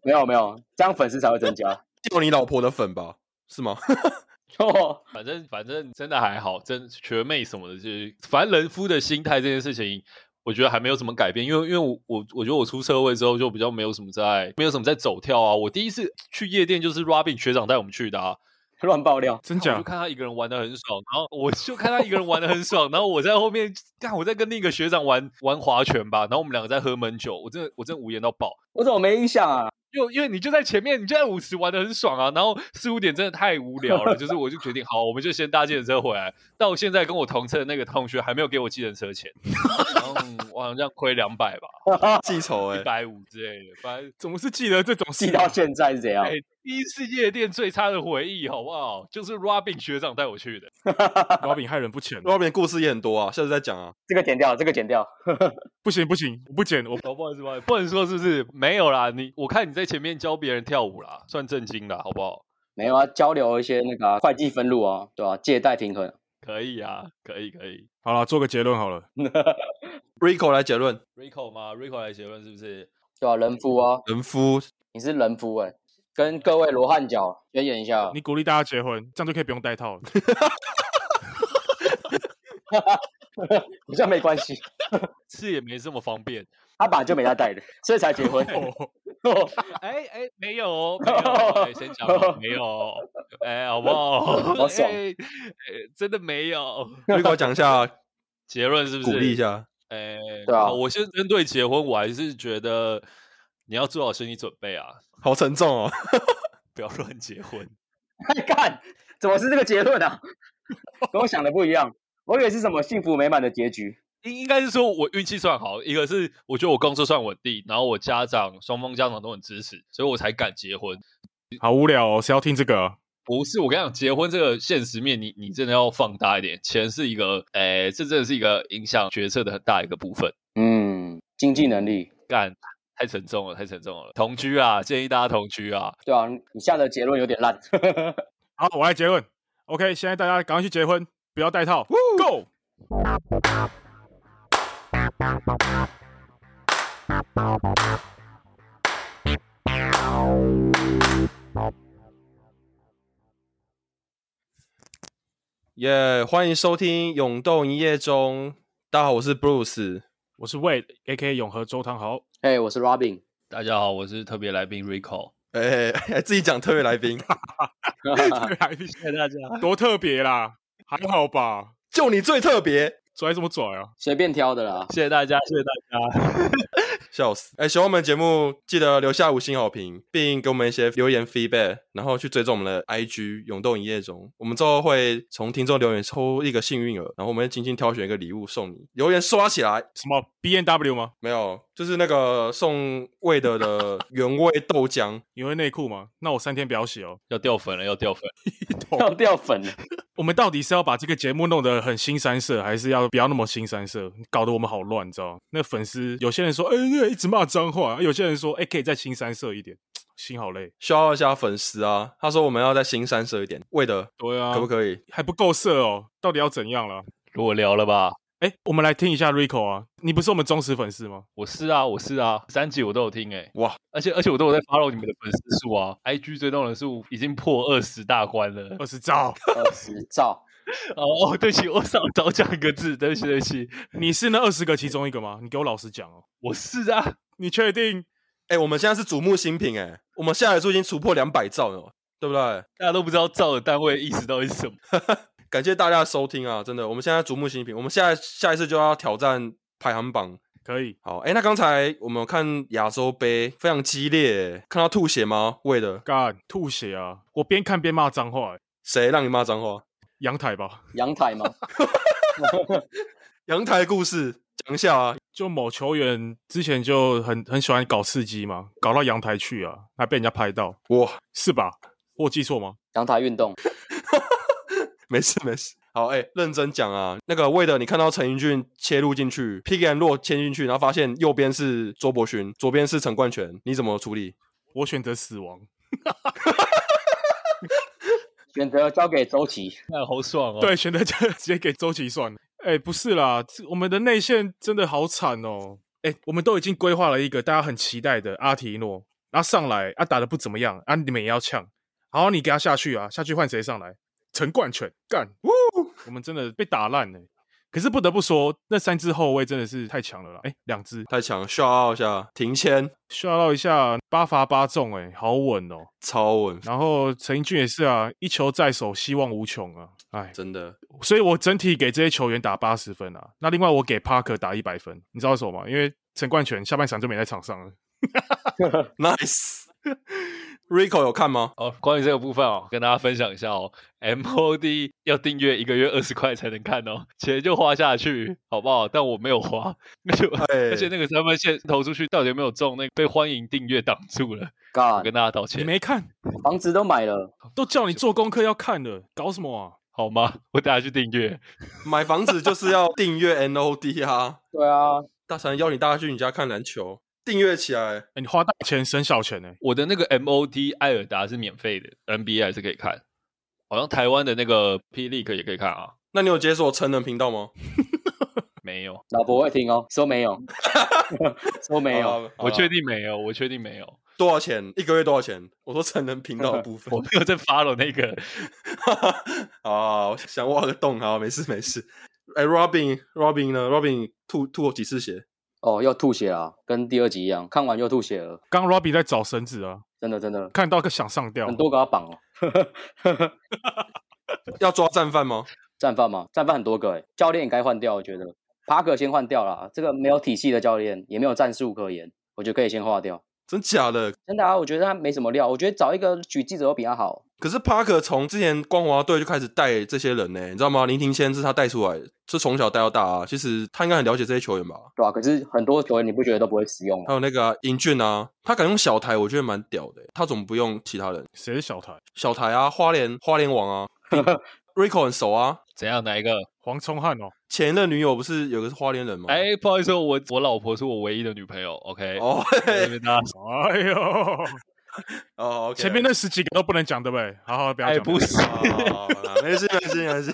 [SPEAKER 3] 没有没有，这样粉丝才会增加。
[SPEAKER 2] 掉你老婆的粉吧？是吗？
[SPEAKER 3] 哦，
[SPEAKER 4] 反正反正真的还好，真学妹什么的，就是凡人夫的心态这件事情，我觉得还没有什么改变，因为因为我我我觉得我出社会之后就比较没有什么在没有什么在走跳啊。我第一次去夜店就是 Robin 学长带我们去的啊，
[SPEAKER 3] 乱爆料，
[SPEAKER 1] 真
[SPEAKER 4] 我
[SPEAKER 1] 假
[SPEAKER 4] 就？看他一个人玩的很爽，然后我就看他一个人玩的很爽，然后我在后面看我在跟另一个学长玩玩划拳吧，然后我们两个在喝闷酒，我真的我真的无言到爆。
[SPEAKER 3] 我怎么没印象啊？
[SPEAKER 4] 因为因为你就在前面，你就在舞池玩的很爽啊，然后四五点真的太无聊了，就是我就决定好，我们就先搭计程车回来。到现在跟我同车的那个同学还没有给我计程车钱，然后我好像这样亏两百吧，
[SPEAKER 2] 记仇哎、
[SPEAKER 4] 一百五之类的，反正。
[SPEAKER 1] 总是记得这种
[SPEAKER 3] 记
[SPEAKER 1] 事、
[SPEAKER 3] 到
[SPEAKER 1] 啊。
[SPEAKER 3] 现在是怎样
[SPEAKER 4] 哎？，第一次夜店最差的回忆，好不好？就是 Robin 学长带我去的。
[SPEAKER 1] 老饼害人不浅，
[SPEAKER 2] 外面故事也很多啊，下次再讲啊。
[SPEAKER 3] 这个剪掉，这个剪掉。
[SPEAKER 1] 不行不行，我不剪，我
[SPEAKER 4] 哦，不好意思，不好意思，不能说是不是？没有啦，你我看你在前面教别人跳舞啦，算正经的，好不好？
[SPEAKER 3] 没有啊，交流一些那个啊、会计分录啊，对吧、借贷平衡，
[SPEAKER 4] 可以啊，可以，可以。
[SPEAKER 1] 好了，做个结论好了。
[SPEAKER 2] Rico 来结论，
[SPEAKER 4] Rico 吗？Rico 来结论是不是？
[SPEAKER 3] 对吧、人夫啊，
[SPEAKER 2] 人夫
[SPEAKER 3] 你是人夫哎、跟各位罗汉脚学演一下哦。
[SPEAKER 1] 你鼓励大家结婚，这样就可以不用戴套了。
[SPEAKER 3] 好像没关系，
[SPEAKER 4] 是也没这么方便。
[SPEAKER 3] 他本来就没在带的，所以才结婚。
[SPEAKER 1] 哦，
[SPEAKER 4] 哎哎，没有哦，没有哦，哎先讲哦没有哦，哎，好不 好？
[SPEAKER 3] 好爽
[SPEAKER 4] 哎哎真的没有。
[SPEAKER 2] ，Rico 讲一 下，
[SPEAKER 4] 结论是不是？
[SPEAKER 2] 鼓励一。下。
[SPEAKER 4] 哎，
[SPEAKER 3] 对啊
[SPEAKER 4] 好我先针对结婚，我还是觉得你要做好心理准备啊，
[SPEAKER 2] 好沉重哦，
[SPEAKER 4] 不要乱结婚。
[SPEAKER 3] 看，怎么是这个结论啊？ 跟我想的不一样，我以为是什么幸福美满的结局。
[SPEAKER 4] 应应该是说我运气算好，一个是我觉得我工作算稳定，然后我家长双方家长都很支持，所以我才敢结婚。
[SPEAKER 1] 好无聊哦，谁要听这个啊、
[SPEAKER 4] 不是，我跟你讲，结婚这个现实面，你你真的要放大一点，钱是一个，哎，这真的是一个影响决策的很大一个部分。
[SPEAKER 3] 嗯，经济能力，
[SPEAKER 4] 干，太沉重了，太沉重了。同居啊，建议大家同居啊。
[SPEAKER 3] 对啊，你下的结论有点烂。
[SPEAKER 1] 好，我来结论。OK，现在大家赶快去结婚，不要戴套。Go！
[SPEAKER 2] 耶、欢迎收听《永动一夜中》，大家好，我是 Bruce。
[SPEAKER 1] 我是 Wade，A.K. 永和周汤豪。
[SPEAKER 3] 嘿我是 Robin，
[SPEAKER 4] 大家好，我是特别来宾 Rico。
[SPEAKER 2] 哎、还自己讲特别来宾，
[SPEAKER 4] 谢谢大家。
[SPEAKER 1] 多特别啦，还好吧？
[SPEAKER 2] 就你最特别，
[SPEAKER 1] 拽这么拽啊？
[SPEAKER 3] 随便挑的啦。
[SPEAKER 4] 谢谢大家，谢谢大家。
[SPEAKER 2] 笑死！哎、喜欢我们节目，记得留下五星好评，并给我们一些留言 feedback，然后去追踪我们的 IG《永动一夜中》。我们之后会从听众留言抽一个幸运儿，然后我们会精心挑选一个礼物送你。留言刷起来，
[SPEAKER 1] 什么 B N W 吗？
[SPEAKER 2] 没有，就是那个送味德的原味豆浆。
[SPEAKER 1] 因为内裤吗？那我三天不要洗哦。
[SPEAKER 4] 要掉粉了，要掉粉。
[SPEAKER 3] 要掉粉了，
[SPEAKER 1] 我们到底是要把这个节目弄得很新三色，还是要不要那么新三色？搞得我们好乱，你知道吗？那粉丝有些人说，哎、那一直骂脏话；有些人说，哎、可以再新三色一点。心好累。
[SPEAKER 2] 需要一下粉丝啊，他说我们要在新三色一点，味德
[SPEAKER 1] 对啊
[SPEAKER 2] 可不可以？
[SPEAKER 1] 还不够色哦？到底要怎样了？
[SPEAKER 4] 裸聊了吧？
[SPEAKER 1] 哎、我们来听一下 Rico 啊，你不是我们忠实粉丝吗？
[SPEAKER 4] 我是啊，我是啊，三集我都有听哎、
[SPEAKER 2] 哇！
[SPEAKER 4] 而且而且我都有在 follow 你们的粉丝数啊，IG 追踪人数已经破二十大关了。
[SPEAKER 1] 二十兆，
[SPEAKER 3] 二十兆，
[SPEAKER 4] 哦哦，对不起，我少少讲一个字，对不起对不起，
[SPEAKER 1] 你是那二十个其中一个吗？你给我老实讲哦。
[SPEAKER 4] 我是啊，
[SPEAKER 1] 你确定？
[SPEAKER 2] 哎、我们现在是瞩目新品、哎，我们下来数已经突破两百兆了，对不对？
[SPEAKER 4] 大家都不知道造的单位意思到底是什么。
[SPEAKER 2] 感谢大家的收听啊，真的，我们现在瞩目新品，我们下下一次就要挑战排行榜。
[SPEAKER 1] 可以，
[SPEAKER 2] 好，哎、那刚才我们有看亚洲杯非常激烈、哎看到吐血吗？为了
[SPEAKER 1] 干吐血啊！我边看边骂脏话、欸，
[SPEAKER 2] 谁让你骂脏话？
[SPEAKER 1] 阳台吧，
[SPEAKER 3] 阳台吗？
[SPEAKER 2] 阳台故事讲一下啊，
[SPEAKER 1] 就某球员之前就很很喜欢搞刺激嘛，搞到阳台去啊，还被人家拍到，
[SPEAKER 2] 哇，
[SPEAKER 1] 是吧？我有记错吗？
[SPEAKER 3] 阳台运动，
[SPEAKER 2] 没事没事。好，哎、认真讲啊，那个为了你看到陈英俊切入进去，pick and roll 切进去，然后发现右边是周伯勋，左边是陈冠权，你怎么处理？
[SPEAKER 1] 我选择死亡。
[SPEAKER 3] 选择交给周琦，
[SPEAKER 4] 那好爽哦。
[SPEAKER 1] 对，选择就直接给周琦算了。哎，不是啦，这我们的内线真的好惨哦。哎，我们都已经规划了一个大家很期待的阿提诺，然后上来啊打的不怎么样啊，你们也要呛，然后你给他下去啊，下去换谁上来？陈冠权干，呜，我们真的被打烂了。可是不得不说，那三支后卫真的是太强了啦！哎，两支
[SPEAKER 2] 太强了，笑傲一下，停签，
[SPEAKER 1] 需要到一下八罚八中、哎，好稳哦。
[SPEAKER 2] 超稳，
[SPEAKER 1] 然后陈英俊也是啊，一球在手，希望无穷啊，哎，
[SPEAKER 2] 真的
[SPEAKER 1] 所以我整体给这些球员打八十分啊。那另外我给 Parker 打一百分，你知道为什么吗？因为陈冠权下半场就没在场上了。
[SPEAKER 2] nice。Rico 有看吗？
[SPEAKER 4] 哦，关于这个部分哦，跟大家分享一下哦，MOD 要订阅一个月二十块才能看哦，钱就花下去，好不好？但我没有花，那就
[SPEAKER 2] 哎
[SPEAKER 4] 而且那个三分线投出去到底有没有中，那个被欢迎订阅挡住了，我
[SPEAKER 3] God，
[SPEAKER 4] 跟大家道
[SPEAKER 1] 你
[SPEAKER 4] 歉，
[SPEAKER 1] 没看，
[SPEAKER 3] 房子都买了，
[SPEAKER 1] 都叫你做功课要看了，搞什么啊？
[SPEAKER 4] 好吗？我等下去订阅。
[SPEAKER 2] 买房子就是要订阅 NOD 啊！
[SPEAKER 3] 对啊，
[SPEAKER 2] 大神邀你大家去你家看篮球，订阅起来。
[SPEAKER 1] 哎，你花大钱省小钱呢、
[SPEAKER 4] 我的那个 MOD 艾尔达是免费的，NBA 还是可以看，好像台湾的那个 P League 也可以看啊。
[SPEAKER 2] 那你有解锁成人频道吗？
[SPEAKER 4] 没有，
[SPEAKER 3] 老婆会听哦，说没 有，说没
[SPEAKER 2] 好
[SPEAKER 3] 有，
[SPEAKER 2] 啦，好
[SPEAKER 4] 我
[SPEAKER 2] 啦
[SPEAKER 4] 确定没有，我确定没 有，
[SPEAKER 2] 多少钱？一个月多少钱？我说成人频道的部分
[SPEAKER 4] 我没有在 follow 那个。
[SPEAKER 2] 啊，我想挖个洞，好，没事没事。哎，Robin，Robin 呢？Robin 吐吐过几次血？
[SPEAKER 3] 哦，又吐血了，跟第二集一样，看完又吐血了，
[SPEAKER 1] 刚 Robbie 在找绳子啊，
[SPEAKER 3] 真的真的，
[SPEAKER 1] 看到个想上吊
[SPEAKER 3] 很，多个要绑哦。
[SPEAKER 2] 要抓战犯吗？
[SPEAKER 3] 战犯嘛，战犯很多个哎，教练也该换掉，我觉得帕克先换掉啦，这个没有体系的教练，也没有战术可言，我觉得可以先换掉。
[SPEAKER 2] 真假的？
[SPEAKER 3] 真的啊，我觉得他没什么料，我觉得找一个举记者会比他好。
[SPEAKER 2] 可是 Parker 从之前光华队就开始带这些人呢、你知道吗？林庭谦是他带出来的，是从小带到大啊。其实他应该很了解这些球员吧？
[SPEAKER 3] 对啊，可是很多球员你不觉得都不会使用
[SPEAKER 2] 还
[SPEAKER 3] 吗？
[SPEAKER 2] 有那个啊英俊啊，他敢用小台，我觉得蛮屌的、他总不用其他人，
[SPEAKER 1] 谁是小台？
[SPEAKER 2] 小台啊，花莲花莲王啊，Rico 很熟啊。
[SPEAKER 4] 怎样？哪一个？
[SPEAKER 1] 黄聪汉哦，
[SPEAKER 2] 前任女友不是有个是花莲人吗？
[SPEAKER 4] 哎、不好意思哦，我我老婆是我唯一的女朋友。OK，
[SPEAKER 2] 哦
[SPEAKER 4] 这边大家
[SPEAKER 1] 哎 呦，
[SPEAKER 2] 哦，OK，
[SPEAKER 1] 前面那十几个都不能讲，对不对？好好，不要
[SPEAKER 4] 哎
[SPEAKER 1] 讲。
[SPEAKER 4] 不
[SPEAKER 1] 要
[SPEAKER 4] 是
[SPEAKER 1] 讲
[SPEAKER 2] 哦，没事没事没事，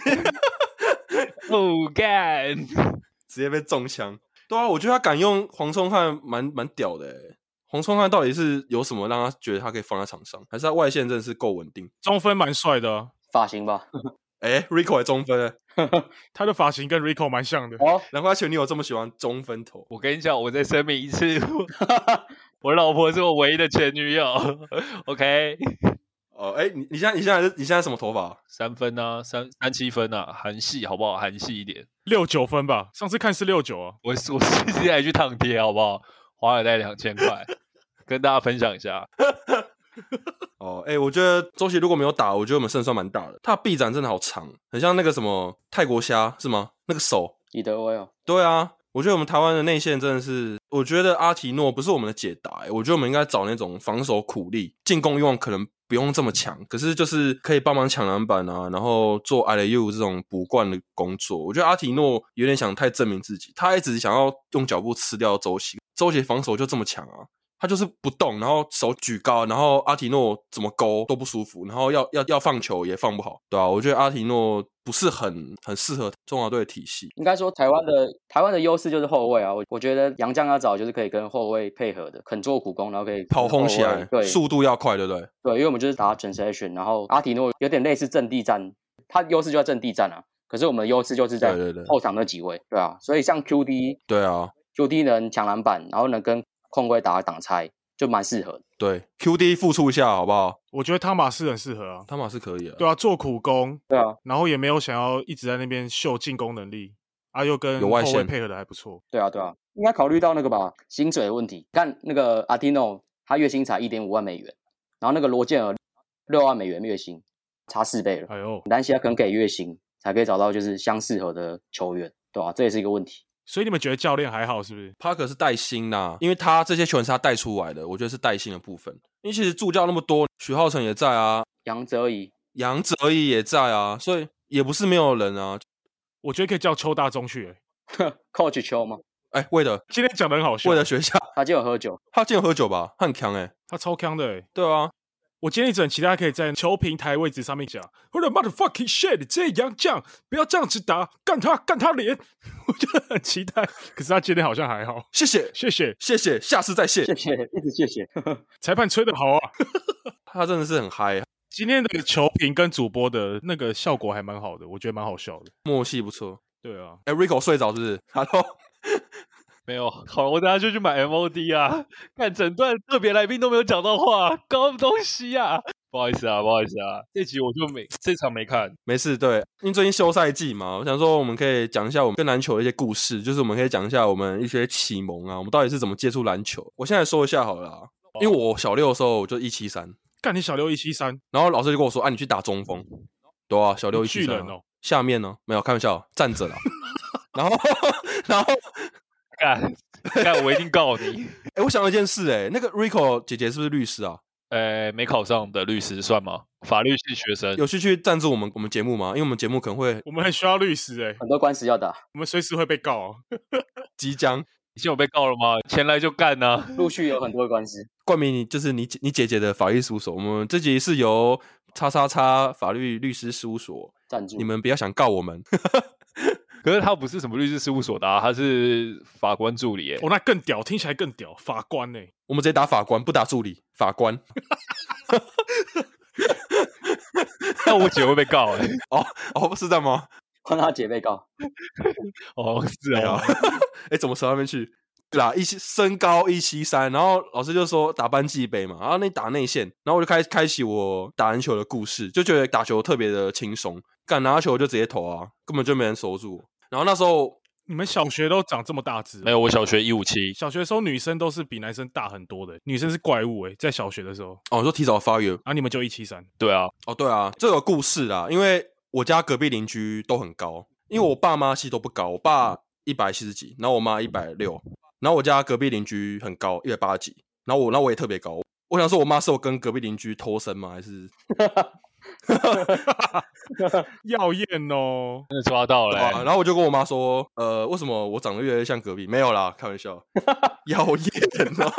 [SPEAKER 4] 哦干，
[SPEAKER 2] 直接被中枪。对啊，我觉得他敢用黄聪汉蛮蛮屌的、欸。黄聪汉到底是有什么让他觉得他可以放在场上，还是他外线真的是够稳定？
[SPEAKER 1] 中分蛮帅的啊，
[SPEAKER 3] 发型吧。
[SPEAKER 2] 哎、r i c o 还中分、欸，
[SPEAKER 1] 他的发型跟 Rico 蛮像的。
[SPEAKER 3] 哦，
[SPEAKER 2] 难怪前女友这么喜欢中分头。
[SPEAKER 4] 我跟你讲，我再声明一次，我老婆是我唯一的前女友。OK，
[SPEAKER 2] 哦，哎、你你现在你现在你现在什么头发？
[SPEAKER 4] 三分啊，三三七分啊，韩系好不好？韩系一点，
[SPEAKER 1] 六九分吧，上次看是六九啊。
[SPEAKER 4] 我我实际还去烫贴好不好？花了那两千块，跟大家分享一下。
[SPEAKER 2] 哦，哎、我觉得周琦如果没有打，我觉得我们胜算蛮大的。他的臂展真的好长，很像那个什么泰国虾是吗？那个手。
[SPEAKER 3] 伊德威哦，
[SPEAKER 2] 对啊，我觉得我们台湾的内线真的是，我觉得阿提诺不是我们的解答、欸。我觉得我们应该找那种防守苦力，进攻欲望可能不用这么强，可是就是可以帮忙抢篮板啊，然后做 I L U 这种补冠的工作。我觉得阿提诺有点想太证明自己，他一直想要用脚步吃掉周琦，周琦防守就这么强啊。他就是不动，然后手举高，然后阿提诺怎么勾都不舒服，然后要要要放球也放不好，对啊，我觉得阿提诺不是很很适合中华队的体系，
[SPEAKER 3] 应该说台湾的台湾的优势就是后卫啊。我我觉得杨将要找就是可以跟后卫配合的，肯做苦攻，然后可以
[SPEAKER 2] 跑轰起
[SPEAKER 3] 后卫
[SPEAKER 2] 来，
[SPEAKER 3] 哦对，
[SPEAKER 2] 速度要快，对不对？
[SPEAKER 3] 对，因为我们就是打 transition，然后阿提诺有点类似阵地战，他优势就在阵地战啊。可是我们的优势就是在
[SPEAKER 2] 对对对
[SPEAKER 3] 后场那几位，对啊，所以像 QD
[SPEAKER 2] 对啊，
[SPEAKER 3] QD 能抢篮板，然后能跟控卫打挡拆，就蛮适合的。
[SPEAKER 2] 对，QD 付出一下好不好？
[SPEAKER 1] 我觉得汤马斯很适合啊，
[SPEAKER 2] 汤马是可以的，
[SPEAKER 1] 对啊，做苦工，
[SPEAKER 3] 对啊，
[SPEAKER 1] 然后也没有想要一直在那边秀进攻能力，啊，又跟
[SPEAKER 2] 有
[SPEAKER 1] 后
[SPEAKER 2] 外
[SPEAKER 1] 卫
[SPEAKER 2] 线
[SPEAKER 1] 配合的还不错。
[SPEAKER 3] 对啊，对啊，应该考虑到那个吧，薪水的问题。看那个阿提诺，他月薪才一点五万美元，然后那个罗建尔六万美元月薪，差四倍了。
[SPEAKER 1] 哎呦，
[SPEAKER 3] 兰西亚肯给月薪才可以找到就是相适合的球员，对吧、这也是一个问题。
[SPEAKER 1] 所以你们觉得教练还好是不是？
[SPEAKER 2] 帕克是带薪呐、因为他这些球员是他带出来的，我觉得是带薪的部分。因为其实助教那么多，许浩成也在啊，
[SPEAKER 3] 杨哲仪
[SPEAKER 2] 杨哲义也在啊，所以也不是没有人啊。
[SPEAKER 1] 我觉得可以叫邱大中去、欸。
[SPEAKER 3] ，Coach 秋嘛，
[SPEAKER 2] 哎，为了
[SPEAKER 1] 今天讲的很好笑，
[SPEAKER 2] 为了学校，
[SPEAKER 3] 他就有喝酒，
[SPEAKER 2] 他竟然喝酒吧，他很强哎、
[SPEAKER 1] 他超强的、欸。
[SPEAKER 2] 对啊，
[SPEAKER 1] 我今天一直很期待他可以在球平台位置上面讲，What the motherfucking shit！这样这样，不要这样子打，干他干他脸！ 我觉得很期待，可是他今天好像还好。
[SPEAKER 2] 谢谢，
[SPEAKER 1] 谢谢
[SPEAKER 2] 谢谢，下次再谢
[SPEAKER 3] 谢。谢，一直 谢谢。
[SPEAKER 1] 裁判吹的好啊！
[SPEAKER 2] 他真的是很嗨，
[SPEAKER 1] 今天的球评跟主播的那个效果还蛮好的，我觉得蛮好笑的。
[SPEAKER 2] 默契不错。
[SPEAKER 1] 对啊，
[SPEAKER 2] 哎，Rico 睡着是不是？Hello，
[SPEAKER 4] 没有，好了，我等下就去买 MOD 啊！看整段特别来宾都没有讲到话，搞什么东西啊？不好意思啊，不好意思啊，这集我就没这场没看，
[SPEAKER 2] 没事。对，因为最近休赛季嘛，我想说我们可以讲一下我们跟篮球的一些故事，就是我们可以讲一下我们一些启蒙啊，我们到底是怎么接触篮球。我现在说一下好了啊，因为我小六的时候我就一七三，
[SPEAKER 1] 干你小六一七三，
[SPEAKER 2] 然后老师就跟我说：“啊，你去打中锋。”对啊，小六一
[SPEAKER 1] 巨
[SPEAKER 2] 七三
[SPEAKER 1] 人哦，
[SPEAKER 2] 下面呢？没有开玩笑，站着 啦。然后， 然后，
[SPEAKER 4] 干干我一定告你。
[SPEAKER 2] 哎、我想到一件事、哎，那个 Rico 姐姐是不是律师啊？
[SPEAKER 4] 呃，没考上的律师算吗？法律系学生
[SPEAKER 2] 有去去赞助我们我们节目吗？因为我们节目可能会
[SPEAKER 1] 我们很需要律师哎、
[SPEAKER 3] 很多官司要打，
[SPEAKER 1] 我们随时会被告、哦。
[SPEAKER 2] 即将
[SPEAKER 4] 已经有被告了吗？前来就干呐、
[SPEAKER 3] 陆续有很多官司。
[SPEAKER 2] 冠名你，就是你姐你姐姐的法律事务所。我们这集是由叉叉叉法律律师事务所，
[SPEAKER 3] 赞助
[SPEAKER 2] 你们不要想告我们。
[SPEAKER 4] 可是他不是什么律师事务所的、啊，他是法官助理耶。
[SPEAKER 1] 哦，那更屌，听起来更屌，法官欸呢、
[SPEAKER 2] 我们直接打法官，不打助理，法官。
[SPEAKER 4] 那我姐会被告 哎、
[SPEAKER 2] 哦，是这样吗？
[SPEAKER 3] 换他姐被告，
[SPEAKER 4] 哦，是
[SPEAKER 2] 对
[SPEAKER 4] 啊
[SPEAKER 2] 啊，，哎，怎么扯到那边去？对啦，一七身高一七三，然后老师就说打班级杯嘛，然啊后那打内线，然后我就开开启我打篮球的故事，就觉得打球特别的轻松，敢拿到球就直接投啊，根本就没人守住我。然后那时候
[SPEAKER 1] 你们小学都长这么大只、哦
[SPEAKER 4] 没有，我小学一五七，
[SPEAKER 1] 小学的时候，女生都是比男生大很多的、女生是怪物哎、在小学的时候，
[SPEAKER 2] 哦，你说提早发育
[SPEAKER 1] 啊，你们就一七三，
[SPEAKER 4] 对啊，
[SPEAKER 2] 哦，对啊，这有故事啦，因为我家隔壁邻居都很高，因为我爸妈其实都不高，我爸一百七十几，然后我妈一百六，然后我家隔壁邻居很高，一百八十几，然后我，然后我也特别高。我想说，我妈是我跟隔壁邻居偷生吗？还是
[SPEAKER 1] 耀艳哦，
[SPEAKER 4] 真的抓到了、欸
[SPEAKER 2] 对啊？然后我就跟我妈说，呃，为什么我长得越来越像隔壁？没有啦，开玩笑，妖艳啊！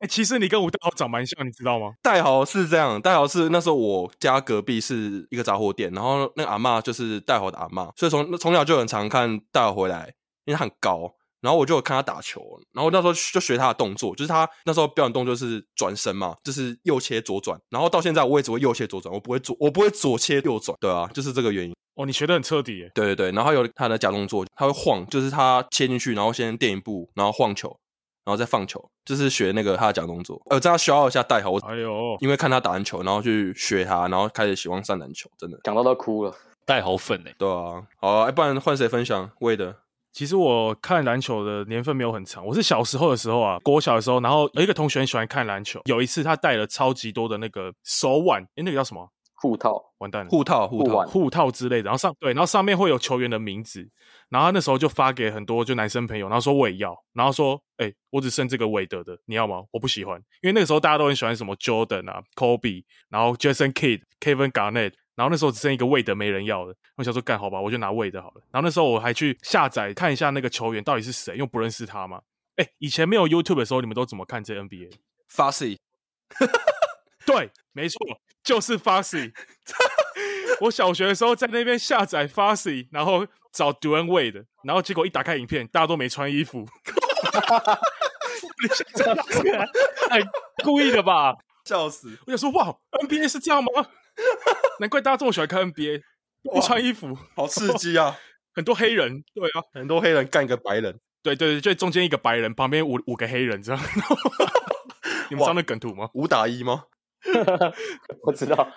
[SPEAKER 1] 哎、其实你跟吴大豪长蛮像，你知道吗？
[SPEAKER 2] 代豪是这样，代豪是那时候我家隔壁是一个杂货店，然后那个阿嬷就是代豪的阿嬷，所以从从小就很常看代豪回来，因为他很高，然后我就有看他打球，然后那时候就学他的动作，就是他那时候标准动作就是转身嘛，就是右切左转，然后到现在我也只会右切左转，我不会左我不会左切右转，对啊，就是这个原因，
[SPEAKER 1] 哦，你学的很彻底耶、
[SPEAKER 2] 对对对，然后还有他的假动作，他会晃，就是他切进去，然后先垫一步，然后晃球，然后再放球，就是学那个他的假动作，呃，这样消耗一下代豪，我
[SPEAKER 1] 哎呦，
[SPEAKER 2] 因为看他打篮球，然后去学他，然后开始喜欢上篮球，真的。
[SPEAKER 3] 讲到都哭了。
[SPEAKER 4] 带好粉哎、
[SPEAKER 2] 对啊，好啊，哎不然换谁分享？魏的，
[SPEAKER 1] 其实我看篮球的年份没有很长，我是小时候的时候啊，国小的时候，然后有一个同学很喜欢看篮球，有一次他带了超级多的那个手腕，哎、那个叫什么？
[SPEAKER 3] 护套，
[SPEAKER 1] 完蛋了，
[SPEAKER 2] 护套护
[SPEAKER 3] 护
[SPEAKER 2] 套
[SPEAKER 3] 腕，
[SPEAKER 1] 护套之类的，然后上对，然后上面会有球员的名字，然后他那时候就发给很多就男生朋友，然后说我也要，然后说哎、我只剩这个韦德的，你要吗？我不喜欢，因为那个时候大家都很喜欢什么 Jordan 啊、Kobe，然后 Jason Kidd、Kevin Garnett。然后那时候只剩一个韦德没人要了，我想说干好吧，我就拿韦德好了。然后那时候我还去下载看一下那个球员到底是谁，因为我不认识他嘛。哎，以前没有 YouTube 的时候，你们都怎么看这 NBA？
[SPEAKER 2] f a s y
[SPEAKER 1] 对，没错，就是 Fussy。我小学的时候在那边下载 Fussy，然后找 Duan Way 的，然后结果一打开影片，大家都没穿衣服。
[SPEAKER 4] 哎，故意的吧？
[SPEAKER 2] 笑死！
[SPEAKER 1] 我想说，哇，NBA 是这样吗？难怪大家这么喜欢看 NBA，不穿衣服，
[SPEAKER 2] 好刺激啊！
[SPEAKER 1] 很多黑人。对啊，
[SPEAKER 2] 很多黑人干一个白人，
[SPEAKER 1] 对对对，就中间一个白人，旁边五五个黑人这样。 你们知道那梗图吗？
[SPEAKER 2] 五打一吗？
[SPEAKER 3] 我知道，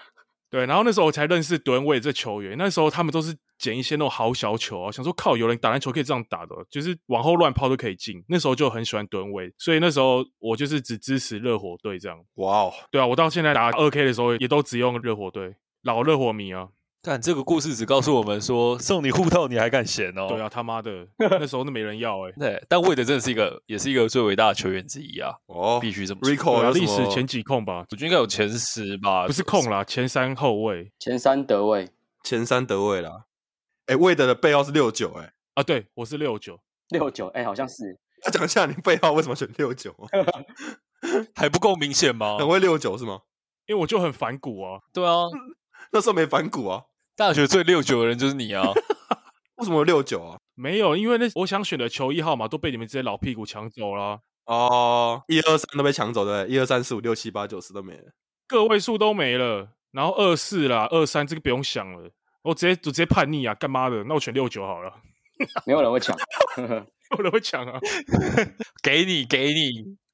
[SPEAKER 1] 对，然后那时候我才认识德文卫这球员。那时候他们都是捡一些那种好小球啊，想说靠，有人打篮球可以这样打的，就是往后乱抛都可以进。那时候就很喜欢德文卫，所以那时候我就是只支持热火队这样。
[SPEAKER 2] 哇哦，
[SPEAKER 1] 对啊，我到现在打二 K 的时候也都只用热火队，老热火迷啊。
[SPEAKER 4] 看这个故事只告诉我们说，送你护套你还敢嫌哦？
[SPEAKER 1] 对啊，他妈 的，那时候都没人要哎、欸。
[SPEAKER 4] 对，但魏德真的是一个，也是一个最伟大的球员之一啊，
[SPEAKER 2] 哦
[SPEAKER 4] 必须这么说。
[SPEAKER 1] 对
[SPEAKER 2] ，Rico
[SPEAKER 1] 啊，
[SPEAKER 2] 有什
[SPEAKER 1] 历
[SPEAKER 2] 么啊
[SPEAKER 1] 史前几控吧，
[SPEAKER 4] 我觉得应该有前十吧，
[SPEAKER 1] 不是控啦，前三后卫
[SPEAKER 3] 前三得位，
[SPEAKER 2] 前三得位啦。哎，魏德的背号是六九，哎，
[SPEAKER 1] 啊。对，我是六九，
[SPEAKER 3] 六九，哎，好像是
[SPEAKER 2] 要讲一下你背号为什么选六九？
[SPEAKER 4] 还不够明显吗？
[SPEAKER 2] 很会六九是吗？
[SPEAKER 1] 因为我就很反骨啊，
[SPEAKER 5] 对 啊，
[SPEAKER 2] 那时候没反骨啊，
[SPEAKER 4] 大学最六九的人就是你啊！
[SPEAKER 2] 为什么有六九啊？
[SPEAKER 1] 没有，因为那我想选的球衣号码都被你们这些老屁股抢走了，
[SPEAKER 2] 哦，一二三都被抢走，对不对，一二三四五六七八九十都没了。
[SPEAKER 1] 个位数都没了，然后二四啦、二三这个不用想了，我直接我直接叛逆啊，干妈的，那我选六九好了，
[SPEAKER 3] 没有 人会抢。
[SPEAKER 1] 我都会抢啊，
[SPEAKER 4] 给你，给你，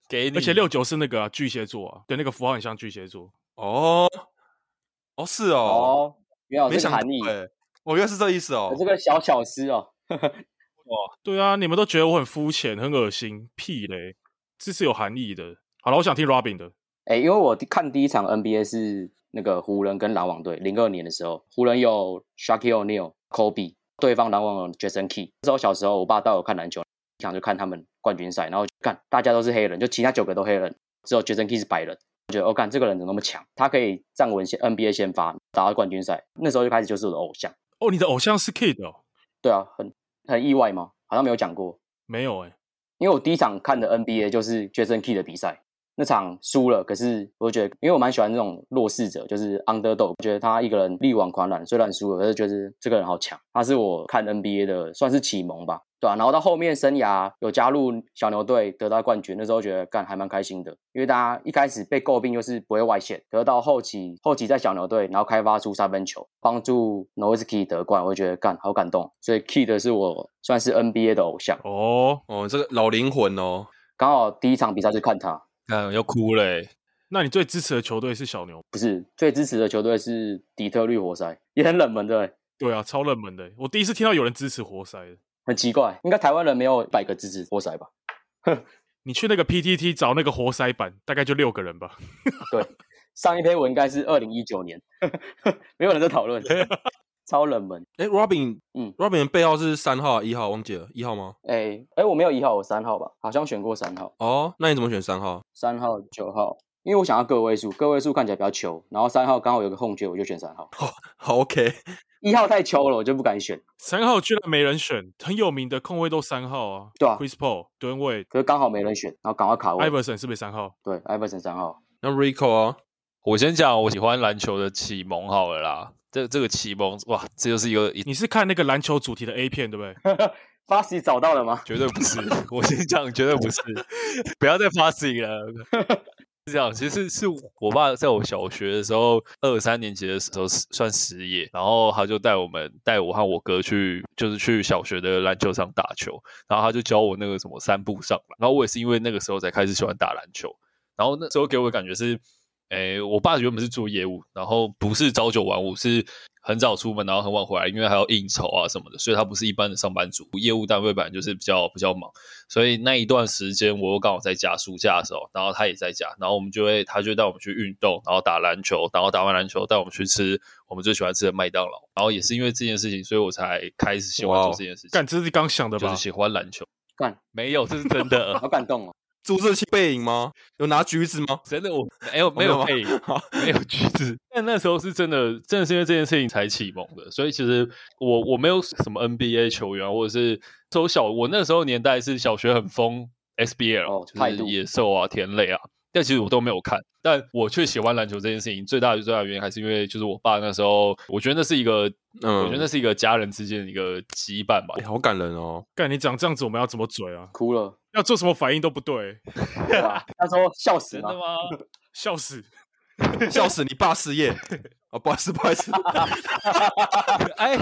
[SPEAKER 4] 给你！
[SPEAKER 1] 而且六九是那个、啊、巨蟹座啊，对，那个符号很像巨蟹座，
[SPEAKER 2] 哦，哦是哦，
[SPEAKER 3] 哦，原来有
[SPEAKER 2] 没
[SPEAKER 3] 这个
[SPEAKER 2] 想到
[SPEAKER 3] 含义，
[SPEAKER 2] 欸我原来是这意思哦
[SPEAKER 3] 有。这个小巧思哦。
[SPEAKER 1] 对啊，你们都觉得我很肤浅、很恶心，屁嘞，这是有含义的。好了，我想听 Robin 的，
[SPEAKER 3] 哎，因为我看第一场 NBA 是那个湖人跟篮网队，零二年的时候，湖人有 Shaquille O'Neal、Kobe，对方篮网有 Jason Key。那时候小时候，我爸带我看篮球，一场就看他们冠军赛，然后就看大家都是黑人，就其他九个都黑人，只有 Jason Key 是白人。我觉得我哦看、干这个人怎么那么强？他可以站稳先 NBA 先发，打到冠军赛。那时候就开始就是我的偶像。
[SPEAKER 1] 哦，你的偶像是 Kid 哦，
[SPEAKER 3] 对啊，很很意外吗？好像没有讲过。
[SPEAKER 1] 没有哎、
[SPEAKER 3] 因为我第一场看的 NBA 就是 Jason Key 的比赛，那场输了，可是我觉得，因为我蛮喜欢这种弱势者，就是 underdog，我觉得他一个人力挽狂澜，虽然输了，可是觉得这个人好强。他是我看 NBA 的算是启蒙吧，对啊，然后到后面生涯有加入小牛队得到冠军，那时候觉得干还蛮开心的，因为大家一开始被诟病就是不会外线，可是到后期后期在小牛队，然后开发出三分球，帮助 Nowitzki 得冠，我就觉得干好感动。所以 Key 的是我算是 NBA 的偶像。
[SPEAKER 1] 哦，
[SPEAKER 2] 哦，这个老灵魂哦，
[SPEAKER 3] 刚好第一场比赛就看他，
[SPEAKER 4] 嗯，要哭嘞、
[SPEAKER 1] 那你最支持的球队是小牛？
[SPEAKER 3] 不是最支持的球队是底特律活塞，也很冷门的、欸，
[SPEAKER 1] 对啊，超冷门的、我第一次听到有人支持活塞的。
[SPEAKER 3] 很奇怪，应该台湾人没有一百个支持活塞吧？
[SPEAKER 1] 你去那个 PTT 找那个活塞版，大概就六个人吧。
[SPEAKER 3] 对，上一篇文应该是二零一九年， 没有人在讨论，超冷门。
[SPEAKER 2] 哎，Robin，嗯
[SPEAKER 3] 嗯
[SPEAKER 2] ，Robin 的背号是三号、啊一号，忘记了，一号吗？
[SPEAKER 3] 哎、哎、我没有一号，我三号吧，好像选过三号，
[SPEAKER 2] 哦，那你怎么选三号？
[SPEAKER 3] 三号九号，因为我想要个位数，个位数看起来比较球，然后三号刚好有个空缺，我就选三号，
[SPEAKER 2] 好，OK，
[SPEAKER 3] 一号太球了，我就不敢选，
[SPEAKER 1] 三号居然没人选，很有名的控卫都三号啊。
[SPEAKER 3] 对啊哦
[SPEAKER 1] ，Chris Paul、蹲位、
[SPEAKER 3] 可是刚好没人选，然后赶快卡位。
[SPEAKER 1] Iverson 是不是三号？
[SPEAKER 3] 对，艾弗森三号，
[SPEAKER 2] 那 Rico 啊，
[SPEAKER 4] 我先讲我喜欢篮球的启蒙好了啦。这这个启蒙，哇，这就是一个一
[SPEAKER 1] 你是看那个篮球主题的 A 片对不对？
[SPEAKER 3] 巴西找到了吗？
[SPEAKER 4] 绝对不是， 我先讲绝对不是，不要再发自己了。是这样，其实是我爸在我小学的时候，二三年级的时候算失业，然后他就带我们带我和我哥去，就是去小学的篮球场打球，然后他就教我那个什么三步上篮，然后我也是因为那个时候才开始喜欢打篮球，然后那时候给我的感觉是，诶，我爸原本是做业务，然后不是朝九晚五，是很早出门，然后很晚回来，因为还要应酬啊什么的，所以他不是一般的上班族。业务单位本来就是比较比较忙，所以那一段时间我又刚好在家，暑假的时候，然后他也在家，然后我们就会他就带我们去运动，然后打篮球，然后打完篮球带我们去吃我们最喜欢吃的麦当劳，然后也是因为这件事情，所以我才开始喜欢
[SPEAKER 2] 哇哦
[SPEAKER 4] 做这件事情，
[SPEAKER 1] 干，这是刚想的
[SPEAKER 4] 就是
[SPEAKER 1] 吧？
[SPEAKER 4] 喜欢篮球。
[SPEAKER 3] 干，
[SPEAKER 4] 没有，这是真 的。
[SPEAKER 3] 好感动哦。
[SPEAKER 2] 朱自清背影吗？有拿橘子吗？
[SPEAKER 4] 真的我没有没有
[SPEAKER 2] 没
[SPEAKER 4] 配
[SPEAKER 2] 有吗
[SPEAKER 4] 没有橘子，但那时候是真的，真的是因为这件事情才启蒙的。所以其实我我没有什么 NBA 球员，或者是从小我那时候年代是小学很疯 SBL，、
[SPEAKER 3] 哦
[SPEAKER 4] 就
[SPEAKER 3] 态
[SPEAKER 4] 是
[SPEAKER 3] 度
[SPEAKER 4] 野兽啊、田垒啊，但其实我都没有看，但我却喜欢篮球这件事情。最大的最大的原因还是因为就是我爸那时候，我觉得那是一个，
[SPEAKER 2] 嗯
[SPEAKER 4] 我觉得那是一个家人之间的一个羁绊吧
[SPEAKER 2] 哎。好感人 哦。
[SPEAKER 1] 干，你长这样子，我们要怎么嘴啊？
[SPEAKER 3] 哭了，
[SPEAKER 1] 要做什么反应都不对，
[SPEAKER 3] 对吧？那时候笑死
[SPEAKER 4] 真
[SPEAKER 3] 了
[SPEAKER 4] 的，吗？
[SPEAKER 1] 笑死！
[SPEAKER 2] 笑死你爸失业啊、哦！不好意思，不好意思，
[SPEAKER 4] 哎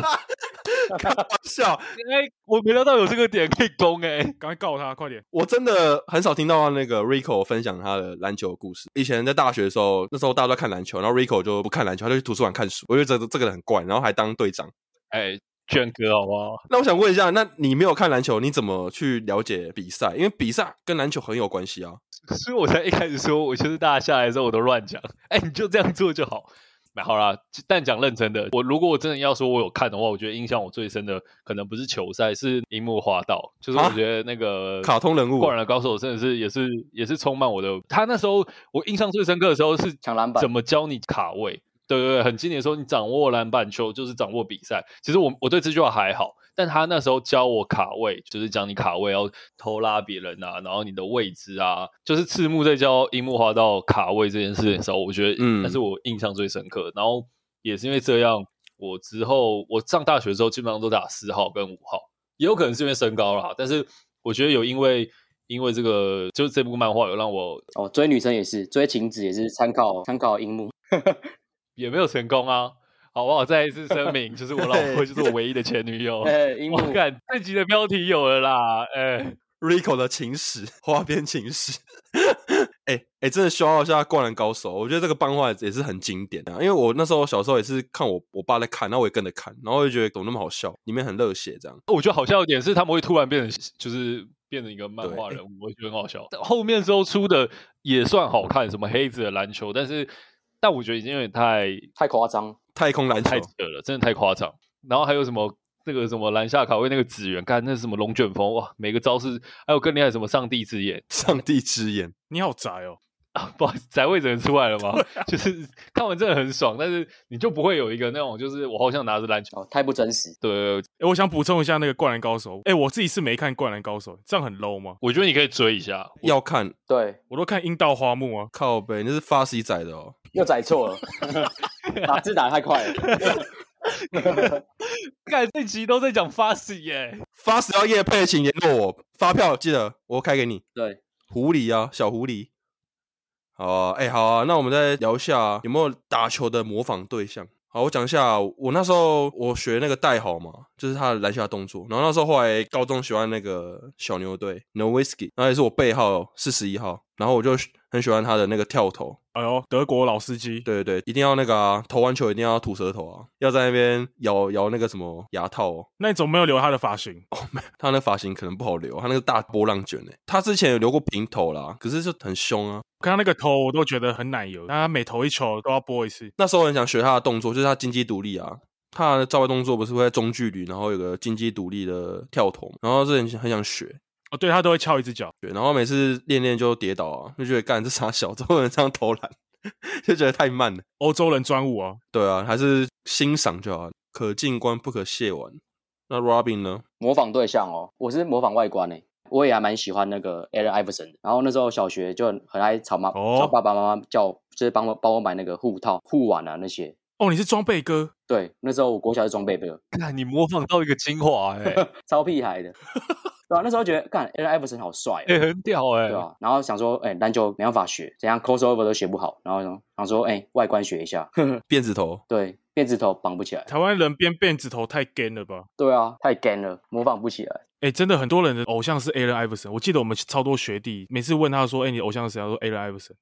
[SPEAKER 2] 笑，
[SPEAKER 4] 哎，我没料到有这个点可以攻哎、
[SPEAKER 1] 赶快告他，快点！
[SPEAKER 2] 我真的很少听到那个 Rico 分享他的篮球故事。以前在大学的时候，那时候大家都在看篮球，然后 Rico 就不看篮球，他就去图书馆看书。我觉得这个这个人很怪，然后还当队长。
[SPEAKER 4] 哎，卷哥好不好？
[SPEAKER 2] 那我想问一下，那你没有看篮球，你怎么去了解比赛？因为比赛跟篮球很有关系啊。
[SPEAKER 4] 所以我才一开始说，我就是大家下来的时候我都乱讲， 哎，你就这样做就好。那好啦，但讲认真的，我如果我真的要说我有看的话，我觉得印象我最深的可能不是球赛，是樱木花道，就是我
[SPEAKER 2] 啊
[SPEAKER 4] 觉得那个、
[SPEAKER 2] 卡通人物
[SPEAKER 4] 灌篮高手真的是也是也是充满我的。他那时候我印象最深刻的时候是
[SPEAKER 3] 抢篮板
[SPEAKER 4] 怎么教你卡位。对对对，很经典地说，你掌握篮板球就是掌握比赛。其实我我对这句话还好，但他那时候教我卡位，就是讲你卡位要偷拉别人啊，然后你的位置啊，就是赤木在教樱木花道卡位这件事情的时候，我觉得，
[SPEAKER 2] 嗯
[SPEAKER 4] 嗯，那是我印象最深刻。然后也是因为这样，我之后我上大学的时候基本上都打四号跟五号，也有可能是因为身高啦，但是我觉得有因为。因为这个就是这部漫画有让我
[SPEAKER 3] 哦，追女生也是，追晴子也是参考参考樱木。
[SPEAKER 4] 也没有成功啊。好，我好再一次声明，就是我老婆就是我唯一的前女友。
[SPEAKER 3] 哎，樱木
[SPEAKER 4] 我，看这集的标题有了啦，哎、
[SPEAKER 2] Rico 的情史，花边情史。 哎哎、真的需要一下《灌篮高手》，我觉得这个漫画也是很经典啊的、因为我那时候小时候也是看我我爸在看，然后我也跟着看，然后我就觉得怎么那么好笑，里面很热血这样。
[SPEAKER 4] 我觉得好笑一点是他们会突然变成，就是变成一个漫
[SPEAKER 2] 对
[SPEAKER 4] 画人物，我觉得很好笑。后面之后出的也算好看，什么黑子的篮球，但是但我觉得已经有点太
[SPEAKER 3] 太夸张，
[SPEAKER 2] 太空篮球
[SPEAKER 4] 太，扯了，真的太夸张。然后还有什么那个什么篮下卡位那个紫源，干那是什么龙卷风哇，每个招式，还有更厉害的什么上帝之眼，
[SPEAKER 2] 上帝之眼，
[SPEAKER 1] 你好宅哦，
[SPEAKER 4] 啊，不好意思，宅位只能出来了 吗？就是看完真的很爽，但是你就不会有一个那种，就是我好想拿着篮球。
[SPEAKER 3] 哦，太不真实。
[SPEAKER 4] 对，
[SPEAKER 1] 哎，我想补充一下那个《灌篮高手》，哎，我自己是没看《灌篮高手》，这样很 low 吗？
[SPEAKER 4] 我觉得你可以追一下。
[SPEAKER 2] 要看
[SPEAKER 3] 对，
[SPEAKER 1] 我都看樱道花木啊，
[SPEAKER 2] 靠背，那是发 C 仔的哦。
[SPEAKER 3] 又载错了，打字打得太快了。
[SPEAKER 4] 看这集都在讲 Fast 耶，
[SPEAKER 2] 发 C 要夜配，请联络我，发票记得我开给你。
[SPEAKER 3] 对，
[SPEAKER 2] 狐狸啊，小狐狸。好啊，哎、好啊，那我们再聊一下有没有打球的模仿对象。好，我讲一下，啊我那时候我学那个代号嘛，就是他的篮下动作。然后那时候后来高中喜欢那个小牛队 No Whiskey，然后也是我背号四十一号，然后我就很喜欢他的那个跳投。
[SPEAKER 1] 哎呦，德国老司机，
[SPEAKER 2] 对对对，一定要那个啊，投完球一定要吐舌头啊，要在那边咬咬那个什么牙套哦。
[SPEAKER 1] 那你怎么没有留他的发型？
[SPEAKER 2] 他那发型可能不好留，他那个大波浪卷呢、他之前有留过平头啦，可是就很凶啊。
[SPEAKER 1] 我看他那个头，我都觉得很奶油，但他每投一球都要拨一次。
[SPEAKER 2] 那时候很想学他的动作，就是他金鸡独立啊。他的招牌动作不是会在中距离，然后有个金鸡独立的跳投嘛，然后这很很想学，
[SPEAKER 1] 哦，对他都会翘一只脚，
[SPEAKER 2] 对，然后每次练练就跌倒啊，就觉得干这傻小子不能这样投篮， 就觉得太慢了。
[SPEAKER 1] 欧洲人专武啊。
[SPEAKER 2] 对啊，还是欣赏就好，可近观不可亵玩。那 Robin 呢？
[SPEAKER 3] 模仿对象哦，我是模仿外观诶、欸我也还蛮喜欢那个 Allen Iverson 的。然后那时候小学就很很爱吵妈，
[SPEAKER 1] 哦
[SPEAKER 3] 吵爸爸妈妈叫，就是帮我帮我买那个护套、护腕啊那些。
[SPEAKER 1] 哦，你是装备哥，
[SPEAKER 3] 对，那时候我国小是装备的，
[SPEAKER 6] 看你模仿到一个精华、欸， 哎、
[SPEAKER 3] 超屁孩的。对啊，那时候觉得看 Allen Iverson 好帅、
[SPEAKER 4] 欸
[SPEAKER 3] 哦，
[SPEAKER 6] 很屌哎、
[SPEAKER 3] 对啊，然后想说，哎、篮球没办法学，怎样 crossover 都学不好，然后呢想说，哎、外观学一下，
[SPEAKER 2] 辫子头，
[SPEAKER 3] 对，辫子头绑不起来，
[SPEAKER 1] 台湾人编辫子头太 gay 了吧？
[SPEAKER 3] 对啊，太干了，模仿不起来。
[SPEAKER 1] 哎、真的很多人的偶像是 Allen Iverson。我记得我们超多学弟，每次问他说：“哎、你偶像是谁？”他说：“Allen Iverson。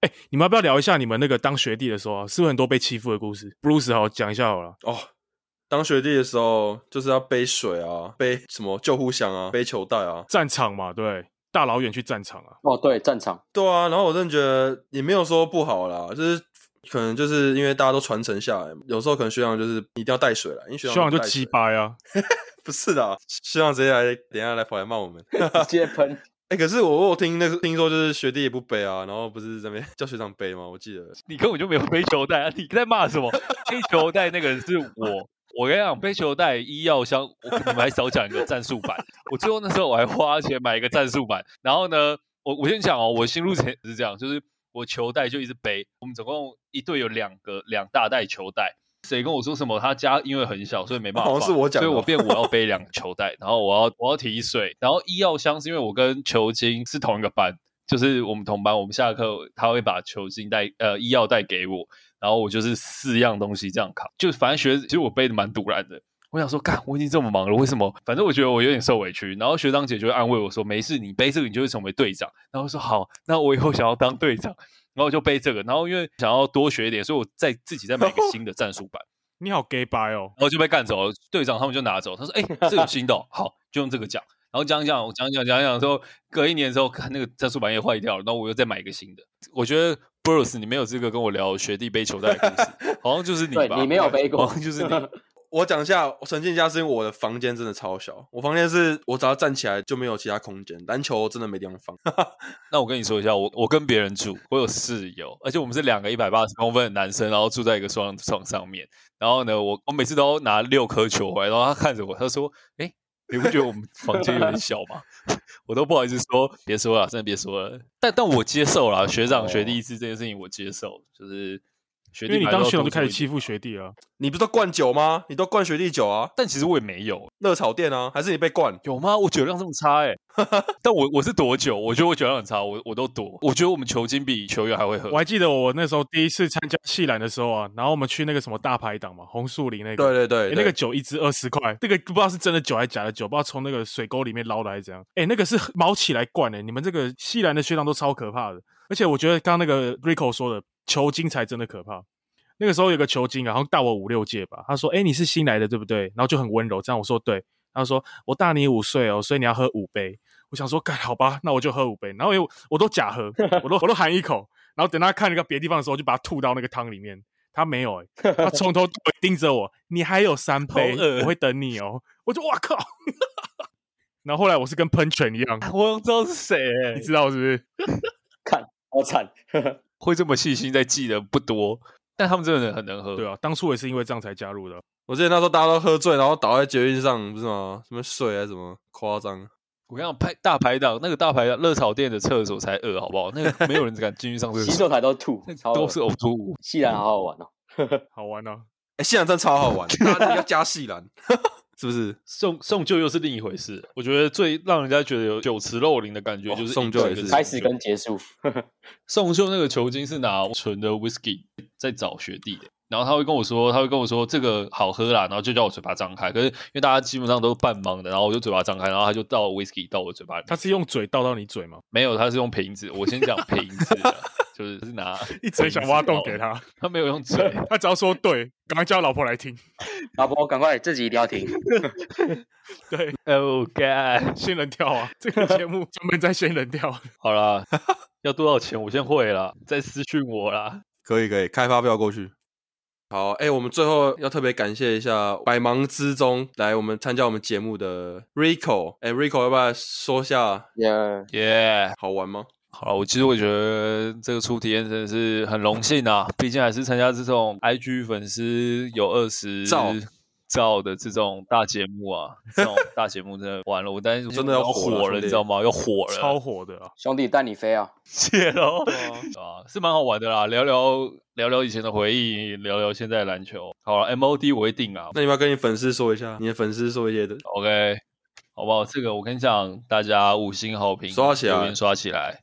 [SPEAKER 1] 哎，你们要不要聊一下你们那个当学弟的时候啊，是不是很多被欺负的故事？Bruce 好讲一下好了。
[SPEAKER 2] 哦，当学弟的时候就是要背水啊，背什么救护箱啊，背球袋啊。
[SPEAKER 1] 战场嘛，对，大老远去战场啊。
[SPEAKER 3] 哦，对，战场，
[SPEAKER 2] 对啊，然后我真的觉得也没有说不好啦，就是可能就是因为大家都传承下来嘛，有时候可能学长就是一定要带水来，因为学
[SPEAKER 1] 学
[SPEAKER 2] 长
[SPEAKER 1] 长就
[SPEAKER 2] 不带水
[SPEAKER 1] 鸡，掰啊，
[SPEAKER 2] 不是的，学长直接来，等一下来跑来骂我们。
[SPEAKER 3] 直接喷，
[SPEAKER 2] 哎、可是我我有听那个听说就是学弟也不背啊，然后不是这边 叫学长背吗？我记得
[SPEAKER 4] 你根本就没有背球带啊！你在骂 什么？背球带那个人是我。我跟你讲，背球带医药箱，我可能还少讲一个战术版。我最后那时候我还花钱买一个战术版。然后呢，我我先讲哦，我心路前是这样，就是我球带就一直背。我们总共一队有两个两大袋球带。谁跟我说什么？他家因为很小，所以没办法
[SPEAKER 2] 好
[SPEAKER 4] 放。
[SPEAKER 2] 像是我讲的
[SPEAKER 4] 所以
[SPEAKER 2] 哦
[SPEAKER 4] 我变我要背两个球袋，然后我要我要提水，然后医药箱是因为我跟球精是同一个班，就是我们同班，我们下课他会把球精带呃医药带给我，然后我就是四样东西这样扛，就反正学其实我背的蛮突然的。我想说，干，我已经这么忙了，为什么？反正我觉得我有点受委屈。然后学长姐就会安慰我说：“没事，你背这个，你就会成为队长。”然后我说：“好，那我以后想要当队长。”然后我就背这个。然后因为想要多学一点，所以我再自己再买一个新的战术版。
[SPEAKER 1] 你好 gay 掰哦。
[SPEAKER 4] 然后就被干走了。队长他们就拿走，他说：“哎、这有新的哦、好，就用这个讲。”然后讲一讲，我讲一讲讲一讲之后，隔一年之后，看那个战术板也坏掉了，然后我又再买一个新的。我觉得 Bruce，你没有资格跟我聊学弟背球带的故事，好像就是你
[SPEAKER 3] 对
[SPEAKER 4] 吧？
[SPEAKER 3] 你没有背过
[SPEAKER 4] 好像就是你。
[SPEAKER 2] 我讲一下，我澄清一下，是因为我的房间真的超小，我房间是我只要站起来就没有其他空间，篮球真的没地方放。
[SPEAKER 4] 那我跟你说一下，我我跟别人住，我有室友，而且我们是两个一百八十公分的男生，然后住在一个双人床上面。然后呢，我我每次都拿六颗球回来，然后他看着我，他说：“哎、你不觉得我们房间有点小吗？” 我都不好意思说，别说了，真的别说了。但但我接受了，学长学弟制这件事情我接受，就是学
[SPEAKER 1] 哦因
[SPEAKER 4] 弟
[SPEAKER 1] 为你
[SPEAKER 4] 买
[SPEAKER 1] 当
[SPEAKER 4] 到
[SPEAKER 1] 学长就
[SPEAKER 4] 多
[SPEAKER 1] 开始
[SPEAKER 4] 出一
[SPEAKER 1] 欺负
[SPEAKER 4] 点
[SPEAKER 1] 学弟了。
[SPEAKER 2] 你不是都灌酒吗？你都灌学弟酒啊，
[SPEAKER 4] 但其实我也没有，
[SPEAKER 2] 热炒店啊，还是你被灌？
[SPEAKER 4] 有吗？我酒量这么差 哎、但我我是躲酒，我觉得我酒量很差，我我都躲。我觉得我们球精比球员还会喝
[SPEAKER 1] 我。还记得我那时候第一次参加戏篮的时候啊，然后我们去那个什么大排档嘛，红树林那个，
[SPEAKER 2] 对对对
[SPEAKER 1] 欸
[SPEAKER 2] 对
[SPEAKER 1] 那个酒一支二十块，那个不知道是真的酒还是假的酒，不知道从那个水沟里面捞来怎样。哎、那个是毛起来灌的、欸你们这个西兰的学长都超可怕的。而且我觉得刚刚那个 Rico 说的球精才真的可怕。那个时候有个球精啊，好像大我五六届吧，他说：“哎、你是新来的对不对？”然后就很温柔，这样我说对。他说：“我大你五岁哦，所以你要喝五杯。”我想说，干好吧，那我就喝五杯。然后因为我我都假喝，我都我都含一口，然后等他看那个别地方的时候，就把他吐到那个汤里面。他没有、欸，他从头到尾盯着我，你还有三杯
[SPEAKER 4] 好恶，
[SPEAKER 1] 我会等你哦。我就哇靠！ 然后后来我是跟喷泉一样，
[SPEAKER 4] 我好像知道是谁、欸
[SPEAKER 1] 你，知道是不是？
[SPEAKER 3] 好惨，
[SPEAKER 4] 会这么细心在记的不多，但他们真的很能喝。
[SPEAKER 1] 对啊，当初我也是因为这样才加入的。
[SPEAKER 2] 我之前那时候大家都喝醉，然后倒在捷运上，不是吗？什么水还是什么，夸张。
[SPEAKER 4] 我跟你讲，排大排档那个大排档热炒店的厕所才恶，好不好？那个没有人敢进去上厕
[SPEAKER 3] 洗手
[SPEAKER 4] 所，
[SPEAKER 3] 台都吐
[SPEAKER 4] 那，
[SPEAKER 3] 超恶
[SPEAKER 4] 都是呕吐物。
[SPEAKER 3] 细兰好好玩哦。
[SPEAKER 1] 好玩哦，
[SPEAKER 2] 哎、西兰真的超好玩，大家要加西兰， 是不是？
[SPEAKER 7] 送送旧又是另一回事。我觉得最让人家觉得有酒池肉林的感觉，
[SPEAKER 2] 哦
[SPEAKER 7] 就是
[SPEAKER 2] 送旧也是
[SPEAKER 3] 开始跟结束，
[SPEAKER 7] 送旧那个球精是拿纯的 whisky 在找学弟的，然后他会跟我说，他会跟我说这个好喝啦，然后就叫我嘴巴张开。可是因为大家基本上都是半盲的，然后我就嘴巴张开，然后他就倒 whisky 到我嘴巴里。
[SPEAKER 1] 他是用嘴倒到你嘴吗？
[SPEAKER 7] 没有，他是用瓶子。我先讲瓶子
[SPEAKER 4] 啊
[SPEAKER 7] 的，就是是拿
[SPEAKER 1] 一直想挖洞
[SPEAKER 4] 欸
[SPEAKER 1] 给他，
[SPEAKER 4] 哦
[SPEAKER 7] 他没有用嘴。
[SPEAKER 1] 他只要说对，赶快叫老婆来听。
[SPEAKER 3] 老婆赶快，这集一定要 听。
[SPEAKER 1] 对，
[SPEAKER 4] Oh God！
[SPEAKER 1] 仙人跳啊，这个节目专门在仙人跳。
[SPEAKER 7] 好啦，要多少钱我先汇啦，再私讯我啦。
[SPEAKER 2] 可以可以，开发票过去。好，哎、我们最后要特别感谢一下百忙之中来我们参加我们节目的 Rico，哎、r i c o 要不要说下
[SPEAKER 3] 也
[SPEAKER 4] 耶、
[SPEAKER 2] 好玩吗？
[SPEAKER 4] 好了，我其实我觉得这个初体验真的是很荣幸啊，毕竟还是参加这种 IG 粉丝有二十
[SPEAKER 2] 兆
[SPEAKER 4] 兆的这种大节目啊，这种大节目真的完了，我担心
[SPEAKER 2] 真的要
[SPEAKER 4] 要
[SPEAKER 2] 火了
[SPEAKER 4] 火
[SPEAKER 2] 兄弟
[SPEAKER 4] 了，你知道吗？要火了，
[SPEAKER 1] 超火的啊！
[SPEAKER 3] 兄弟带你飞啊！
[SPEAKER 4] 谢喽。啊，是蛮好玩的啦，聊聊聊聊以前的回忆，聊聊现在的篮球。好了，MOD 我会定啊
[SPEAKER 2] 那你要不要跟你粉丝说一下，你的粉丝说一些的，
[SPEAKER 4] ，OK，好不好？这个我跟你讲，大家五星好评，
[SPEAKER 2] 刷起来
[SPEAKER 4] 留言刷起来。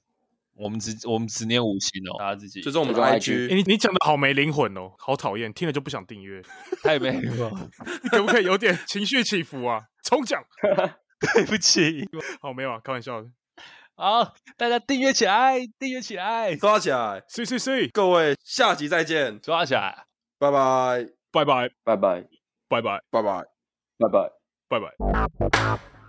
[SPEAKER 4] 我们只我们只念五星哦，大家自己
[SPEAKER 2] 就是我们的
[SPEAKER 3] 追踪
[SPEAKER 2] IG，
[SPEAKER 1] 欸、你你讲的好没灵魂哦，好讨厌，听了就不想订阅。
[SPEAKER 4] 太美 了，
[SPEAKER 1] 你可不可以有点情绪起伏啊？ 重讲。
[SPEAKER 4] 对不起
[SPEAKER 1] 好，没有啊，开玩笑的。
[SPEAKER 4] 好，大家订阅起来，订阅起来，
[SPEAKER 2] 哎抓起来，
[SPEAKER 1] 睡睡睡，
[SPEAKER 2] 各位，下集再见，
[SPEAKER 4] 刷起来。
[SPEAKER 2] 拜拜，
[SPEAKER 1] 拜拜，
[SPEAKER 3] 拜拜，
[SPEAKER 1] 拜拜，
[SPEAKER 2] 拜拜。
[SPEAKER 3] 拜拜。
[SPEAKER 1] 拜拜。